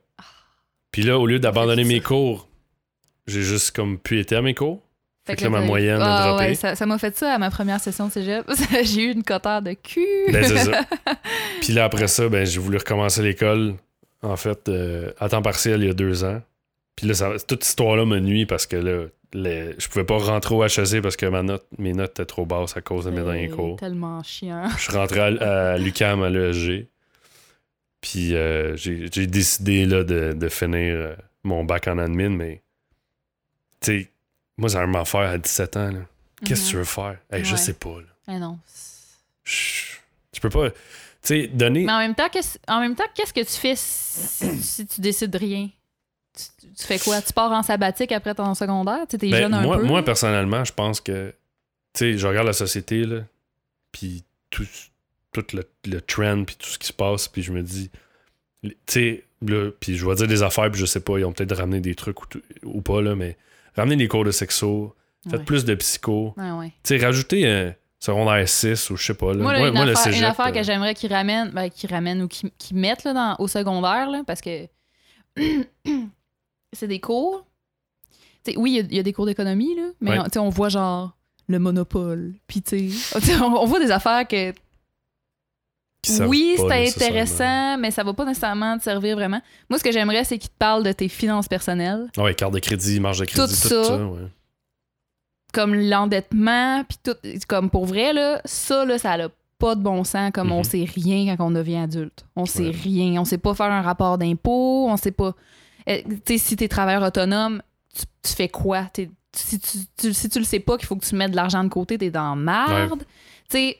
A: Puis là, au lieu d'abandonner
F: Fait que
A: mes cours, j'ai juste comme pu été à mes cours. Fait que là, ma
F: t'as-
A: moyenne a
F: Ah
A: droppé.
F: ouais, ça ça m'a fait ça à ma première session de cégep. J'ai eu une cotère de cul.
A: Ben, c'est ça. Puis là, après ça, ben, j'ai voulu recommencer l'école, en fait, euh, à temps partiel il y a deux ans. Puis là, ça, toute cette histoire-là me nuit parce que là, les- je pouvais pas rentrer au HEC parce que ma note, mes notes étaient trop basses à cause de mes derniers
F: Euh,
A: cours.
F: Tellement chiant.
A: Je suis rentré à, à l'UCAM, à l'ESG. Puis euh, j'ai j'ai décidé là, de, de finir euh, mon bac en admin, mais tu sais, moi, ça va m'en faire à 17 ans. là. Qu'est-ce que tu veux faire? Hey, Je
F: Mm-hmm. Ouais.
A: sais pas. là.
F: Mais non.
A: Je- Tu peux pas. Tu sais, donner.
F: Mais en même temps, qu'est-ce, en même temps, qu'est-ce que tu fais si, si tu décides de rien? Tu, tu fais quoi? Tu pars en sabbatique après ton secondaire? Tu sais, t'es
A: Ben,
F: jeune un
A: moi,
F: peu.
A: moi,
F: là.
A: personnellement, je pense que, tu sais, je regarde la société, là, puis tout, tout le, le trend, puis tout ce qui se passe, puis je me dis, tu sais, là, puis je vais dire des affaires, puis je sais pas, ils ont peut-être ramené des trucs ou, tout- ou pas, là, mais ramener les cours de sexo, faites
F: Ouais.
A: plus de psycho,
F: Ouais, ouais.
A: tu sais, rajouter un secondaire 6 ou je sais pas, là.
F: Moi, là,
A: Ouais,
F: une,
A: moi, le
F: affaire, une
A: cégep,
F: affaire que
A: euh,
F: j'aimerais qu'ils ramènent, ben, qu'ils ramènent ou qu'ils, qu'ils mettent là, dans- au secondaire, là, parce que c'est des cours. Tu sais, oui, il y a- il y, a des cours d'économie, là, mais
A: Ouais.
F: on, tu sais, on voit genre le monopole. Puis, tu sais, on, on voit des affaires que
A: qui servent
F: oui,
A: pas
F: c'était
A: nécessairement.
F: intéressant, mais ça va pas nécessairement te servir vraiment. Moi, ce que j'aimerais, c'est qu'ils te parlent de tes finances personnelles,
A: Ah Ouais, carte de crédit, marge de crédit, tout, ça.
F: ça.
A: ouais.
F: comme l'endettement, puis tout. Comme pour vrai, là, ça, là, ça a pas de bon sens, comme
A: Mhm.
F: on sait rien quand on devient adulte. On sait
A: Ouais.
F: rien. On sait pas faire un rapport d'impôt, on sait pas. Euh, tu sais, si t'es travailleur autonome, tu, tu fais quoi? T'es- si, tu, tu- si tu le sais pas qu'il faut que tu mettes de l'argent de côté, t'es dans marde. Tu sais,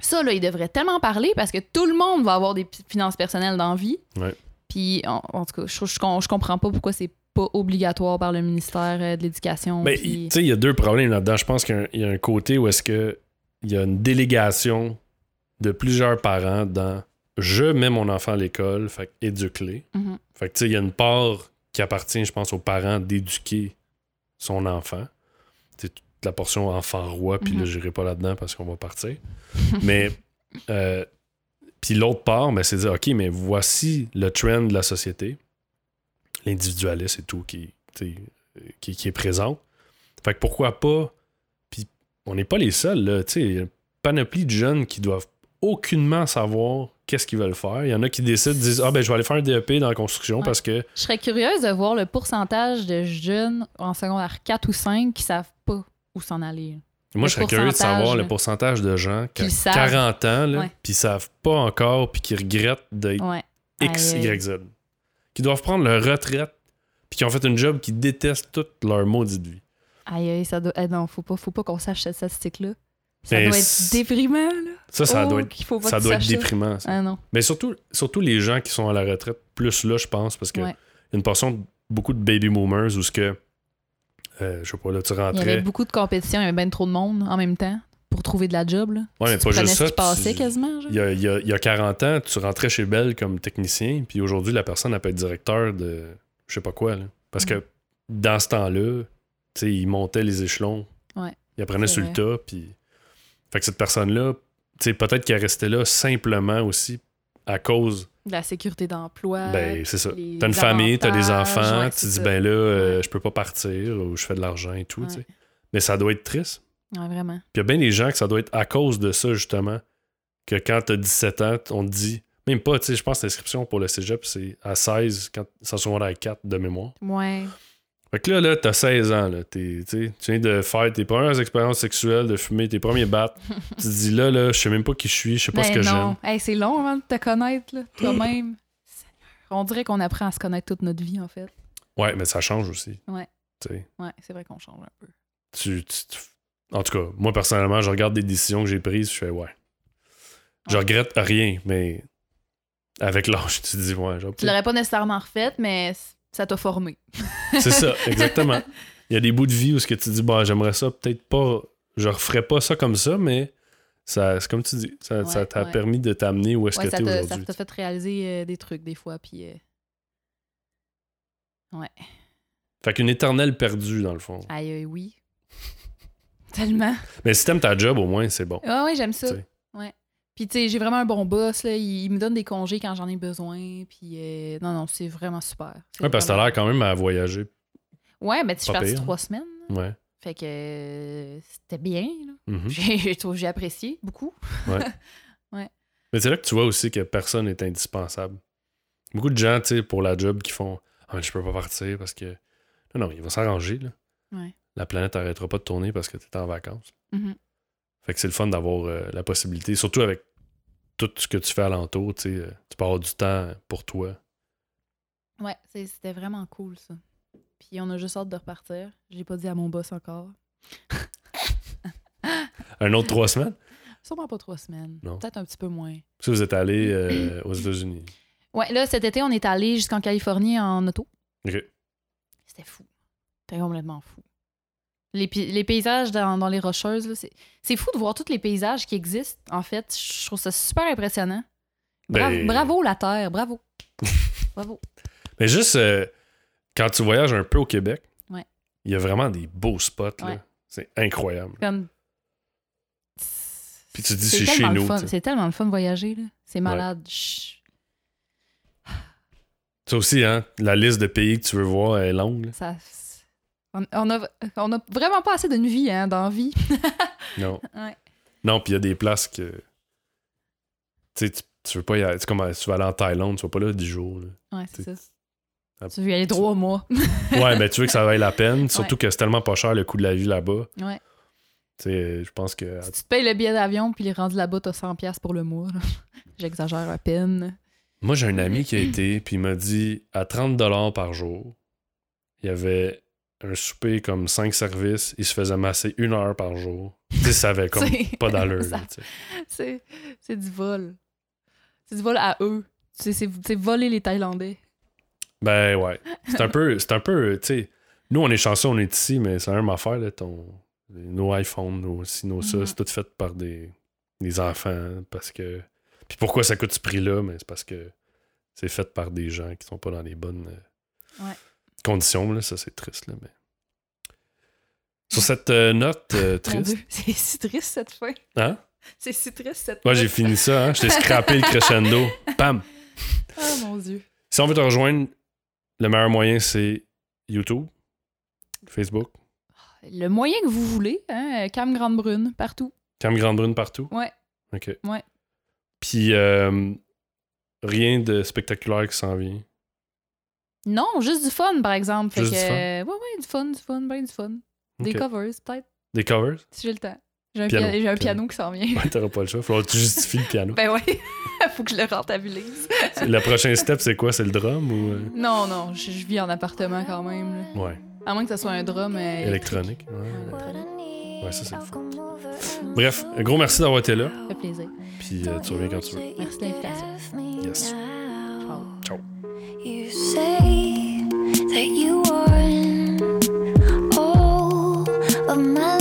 F: ça, là, il devrait tellement parler parce que tout le monde va avoir des p- finances personnelles dans la vie.
A: Ouais.
F: Puis, en, en tout cas, je, trouve- je, com- je comprends pas pourquoi c'est pas obligatoire par le ministère euh, de l'Éducation.
A: Mais
F: puis-
A: tu sais, Ben, il y a deux problèmes là-dedans. Je pense qu'il y a un- il y, a un côté où est-ce que il y a une délégation de plusieurs parents dans je mets mon enfant à l'école, fait que éduque-les.
F: Mhm.
A: Fait que tu sais, il y a une part qui appartient, je pense, aux parents d'éduquer son enfant. C'est toute la portion enfant roi, puis
F: Mhm.
A: là, j'irai pas là-dedans parce qu'on va partir. mais euh, puis l'autre part, ben, c'est de dire OK, mais voici le trend de la société, l'individualiste et tout qui, tu sais, qui, qui est présent. Fait que pourquoi pas? Puis on n'est pas les seuls, là. Tu sais, il y a une panoplie de jeunes qui doivent aucunement savoir qu'est-ce qu'ils veulent faire. Il y en a qui décident, disent Ah, ben, je vais aller faire un DEP dans la construction
F: Ouais.
A: parce que
F: Je serais curieuse de voir le pourcentage de jeunes en secondaire 4 ou 5 qui savent pas où s'en aller.
A: Moi,
F: Le
A: je serais curieux de savoir
F: pourcentage,
A: le
F: là.
A: pourcentage de gens qui
F: Qui
A: ont
F: le savent.
A: 40 ans, là,
F: Ouais.
A: puis ils savent pas encore, puis qui regrettent d'être
F: Ouais.
A: X,
F: Aïe, aïe.
A: Y, Z. Qui doivent prendre leur retraite, puis qui ont fait une job qui détestent toute leur maudite vie.
F: Aïe, aïe, ça doit. eh non, faut pas, faut pas qu'on sache cette statistique-là. Ça
A: Ben,
F: doit être
A: c'est-
F: déprimant, là.
A: Ça, ça
F: Oh,
A: doit être,
F: qu'il faut pas
A: ça
F: que tu
A: doit être
F: saches ça.
A: déprimant. ça.
F: Ah non.
A: Mais surtout, surtout les gens qui sont à la retraite, plus là, je pense, parce que
F: Ouais.
A: une portion, de- beaucoup de baby boomers où ce que euh, je sais pas, là, tu
F: Il y avait
A: rentrais.
F: beaucoup de compétition, il y avait bien trop de monde en même temps pour trouver de la job. Là.
A: Ouais, mais
F: Tu
A: pas
F: prenais
A: juste
F: ce
A: ça.
F: qui passait
A: tu-
F: quasiment. genre.
A: Il y, a, il y a- il y a 40 ans, tu rentrais chez Bell comme technicien, puis aujourd'hui, la personne, elle peut être directeur de je sais pas quoi. là. Parce que dans ce temps-là, tu sais, il montait les échelons.
F: Ouais,
A: Il apprenait
F: c'est
A: sur le tas, puis. Fait que cette personne-là, tu sais, peut-être qu'elle restait là simplement aussi à cause.
F: De La sécurité d'emploi.
A: ben, c'est ça.
F: les
A: T'as une famille, t'as des
F: avantages,
A: enfants,
F: ouais,
A: tu
F: c'est
A: dis,
F: ça.
A: ben là, euh,
F: Ouais.
A: je peux pas partir, ou je fais de l'argent et tout, tu sais.
F: Ouais.
A: Mais ça doit être triste.
F: Ouais, vraiment.
A: Puis il y a bien des gens que ça doit être à cause de ça, justement, que quand t'as 17 ans, t- on te dit, même pas, tu sais, je pense que l'inscription pour le cégep, c'est à 16, quand, sans secondaire à 4 de mémoire.
F: Ouais.
A: Fait que là, là t'as 16 ans, là, t'es- tu sais, tu viens de faire tes premières expériences sexuelles, de fumer tes premiers battes. tu te dis, là, là, je sais même pas qui je suis, je sais pas ce
F: Ben
A: que j'aime.
F: non. Hey, c'est long avant de te connaître, là, toi-même. Seigneur. On dirait qu'on apprend à se connaître toute notre vie, en fait.
A: Ouais, mais ça change aussi.
F: Ouais.
A: Tu sais,
F: Ouais, c'est vrai qu'on change un peu.
A: tu, tu- tu- En tout cas, moi, personnellement, je regarde des décisions que j'ai prises, je fais, ouais. Je
F: Ouais.
A: regrette rien, mais avec l'âge, tu te dis, ouais, genre,
F: Tu l'aurais pas nécessairement refait, mais c- ça t'a formé.
A: C'est ça, exactement. Il y a des bouts de vie où ce que tu dis, bah, j'aimerais ça, peut-être pas, je referais pas ça comme ça, mais ça, c'est comme tu dis, ça
F: Ouais,
A: ça t'a
F: ouais.
A: permis de t'amener où est-ce
F: Ouais,
A: que
F: ça
A: t'es
F: t'a ça
A: aujourd'hui.
F: t'a fait réaliser euh, des trucs, des fois, puis... euh,
A: Fait qu'une éternelle perdue, dans le fond.
F: Aïe, aïe, oui. Tellement.
A: Mais si t'aimes ta job, au moins, c'est bon.
F: Ouais, ouais, j'aime ça.
A: T'sais.
F: Ouais. Puis, tu sais, j'ai vraiment un bon boss. Là. Il, il me donne des congés quand j'en ai besoin. Puis, euh, non, non, c'est vraiment super. C'est
A: Ouais, parce que t'as
F: vraiment-
A: l'air quand même à voyager.
F: Ouais, mais tu suis
A: pas
F: partie
A: pire. hein.
F: trois semaines. là.
A: Ouais.
F: Fait que euh, c'était bien. là.
A: Mhm.
F: J'ai je trouve- j'ai apprécié beaucoup.
A: Mais c'est là que tu vois aussi que personne n'est indispensable. Beaucoup de gens, tu sais, pour la job, qui font Ah, mais je peux pas partir parce que. Non, non, ils vont s'arranger, là.
F: Ouais.
A: La planète arrêtera pas de tourner parce que t'es en vacances.
F: Mhm.
A: Fait que c'est le fun d'avoir euh, la possibilité, surtout avec tout ce que tu fais alentour, tu sais, euh, tu peux avoir du temps pour toi.
F: Ouais, c'est- c'était vraiment cool, ça. Puis, on a juste hâte de repartir. J'ai pas dit à mon boss encore.
A: Un autre trois semaines?
F: Sûrement pas trois semaines.
A: Non.
F: Peut-être un petit peu moins.
A: Si vous êtes allé euh, aux États-Unis.
F: Ouais, là, cet été, on est allé jusqu'en Californie en auto.
A: OK.
F: C'était fou. C'était complètement fou. Les, pi- les paysages dans, dans les Rocheuses, là, c'est c'est fou de voir tous les paysages qui existent, en fait. Je trouve ça super impressionnant. Bra-
A: Ben-
F: Bravo, la Terre, bravo. bravo.
A: Mais juste, euh, quand tu voyages un peu au Québec, il
F: Ouais.
A: y a vraiment des beaux spots, là.
F: Ouais.
A: C'est incroyable.
F: Comme...
A: Puis tu te dis,
F: C'est
A: c'est chez
F: tellement le
A: nous,
F: fun-
A: tu sais.
F: C'est tellement le fun de voyager, là. C'est malade. Chut.
A: Ça aussi, hein, la liste de pays que tu veux voir est longue. là.
F: Ça- On, on a, on a vraiment pas assez d'une vie, hein, d'envie.
A: Non.
F: Ouais.
A: Non, puis il y a des places que. Tu sais, tu- tu veux pas y aller. C'est comme euh, tu vas aller en Thaïlande, tu vas pas là 10 jours. là.
F: Ouais, c'est ça.
A: Ah.
F: Tu veux y aller trois mois.
A: Ouais, mais tu veux que ça vaille la peine, surtout que c'est tellement pas cher le coût de la vie là-bas.
F: Ouais.
A: Tu sais, je pense que.
F: Si tu te payes le billet d'avion, puis il est rendu là-bas, t'as 100$ piastres pour le mois. là. J'exagère à peine.
A: Moi, j'ai un ami qui a été, puis il m'a dit à 30$ par jour, il y avait un souper comme 5 services, il se faisait masser une heure par jour. Tu sais, ça avait comme
F: C'est-
A: pas d'allure.
F: ça-
A: là, tu sais.
F: C'est c'est du vol. C'est du vol à eux. C'est- C'est c'est voler les Thaïlandais.
A: Ben ouais. C'est un peu. C'est un peu. Tu sais, nous, on est chanceux, on est ici, mais c'est la même affaire, là, ton. Nos iPhones, nos ci, nos ça,
F: Mhm.
A: c'est tout fait par des, des enfants. Parce que. Puis pourquoi ça coûte ce prix-là? Mais c'est parce que c'est fait par des gens qui sont pas dans les bonnes euh,
F: Ouais.
A: conditions. Là. Ça, c'est triste, là, mais. Sur cette euh, note euh,
F: Mon
A: triste.
F: Dieu, c'est si triste cette fin.
A: Hein?
F: C'est si triste cette
A: Moi,
F: fin.
A: j'ai fini ça, hein? Je t'ai scrappé le crescendo. Bam!
F: Oh mon Dieu.
A: Si on veut te rejoindre, le meilleur moyen, c'est YouTube, Facebook,
F: Le moyen que vous voulez, hein, Cam Grande Brune, partout.
A: Cam Grande Brune partout.
F: Ouais.
A: OK.
F: Ouais.
A: Puis, euh, rien de spectaculaire qui s'en vient.
F: Non, juste du fun, par exemple. Fait
A: Juste
F: que,
A: du fun.
F: euh, ouais, ouais, du fun, du fun, ben du fun. Des
A: OK.
F: covers, peut-être,
A: Des covers?
F: si j'ai le temps. J'ai un,
A: Piano,
F: pia- j'ai un
A: piano.
F: piano qui s'en vient.
A: Ouais, t'auras pas le choix. Faudra que tu justifies le piano.
F: ben ouais, faut que je le rentabilise.
A: le prochain step, c'est quoi? C'est le drum ou... euh,
F: Non, non, je, je vis en appartement quand même. là.
A: Ouais,
F: À moins que ce soit un drum. euh,
A: électronique. ouais.
C: Ouais, ça, c'est le fun.
A: Bref, un gros merci d'avoir été là.
F: Ça fait plaisir.
A: Puis, euh, tu reviens quand tu veux.
F: Merci de l'invitation.
A: Yes.
F: Ciao.
C: You say that you are all of my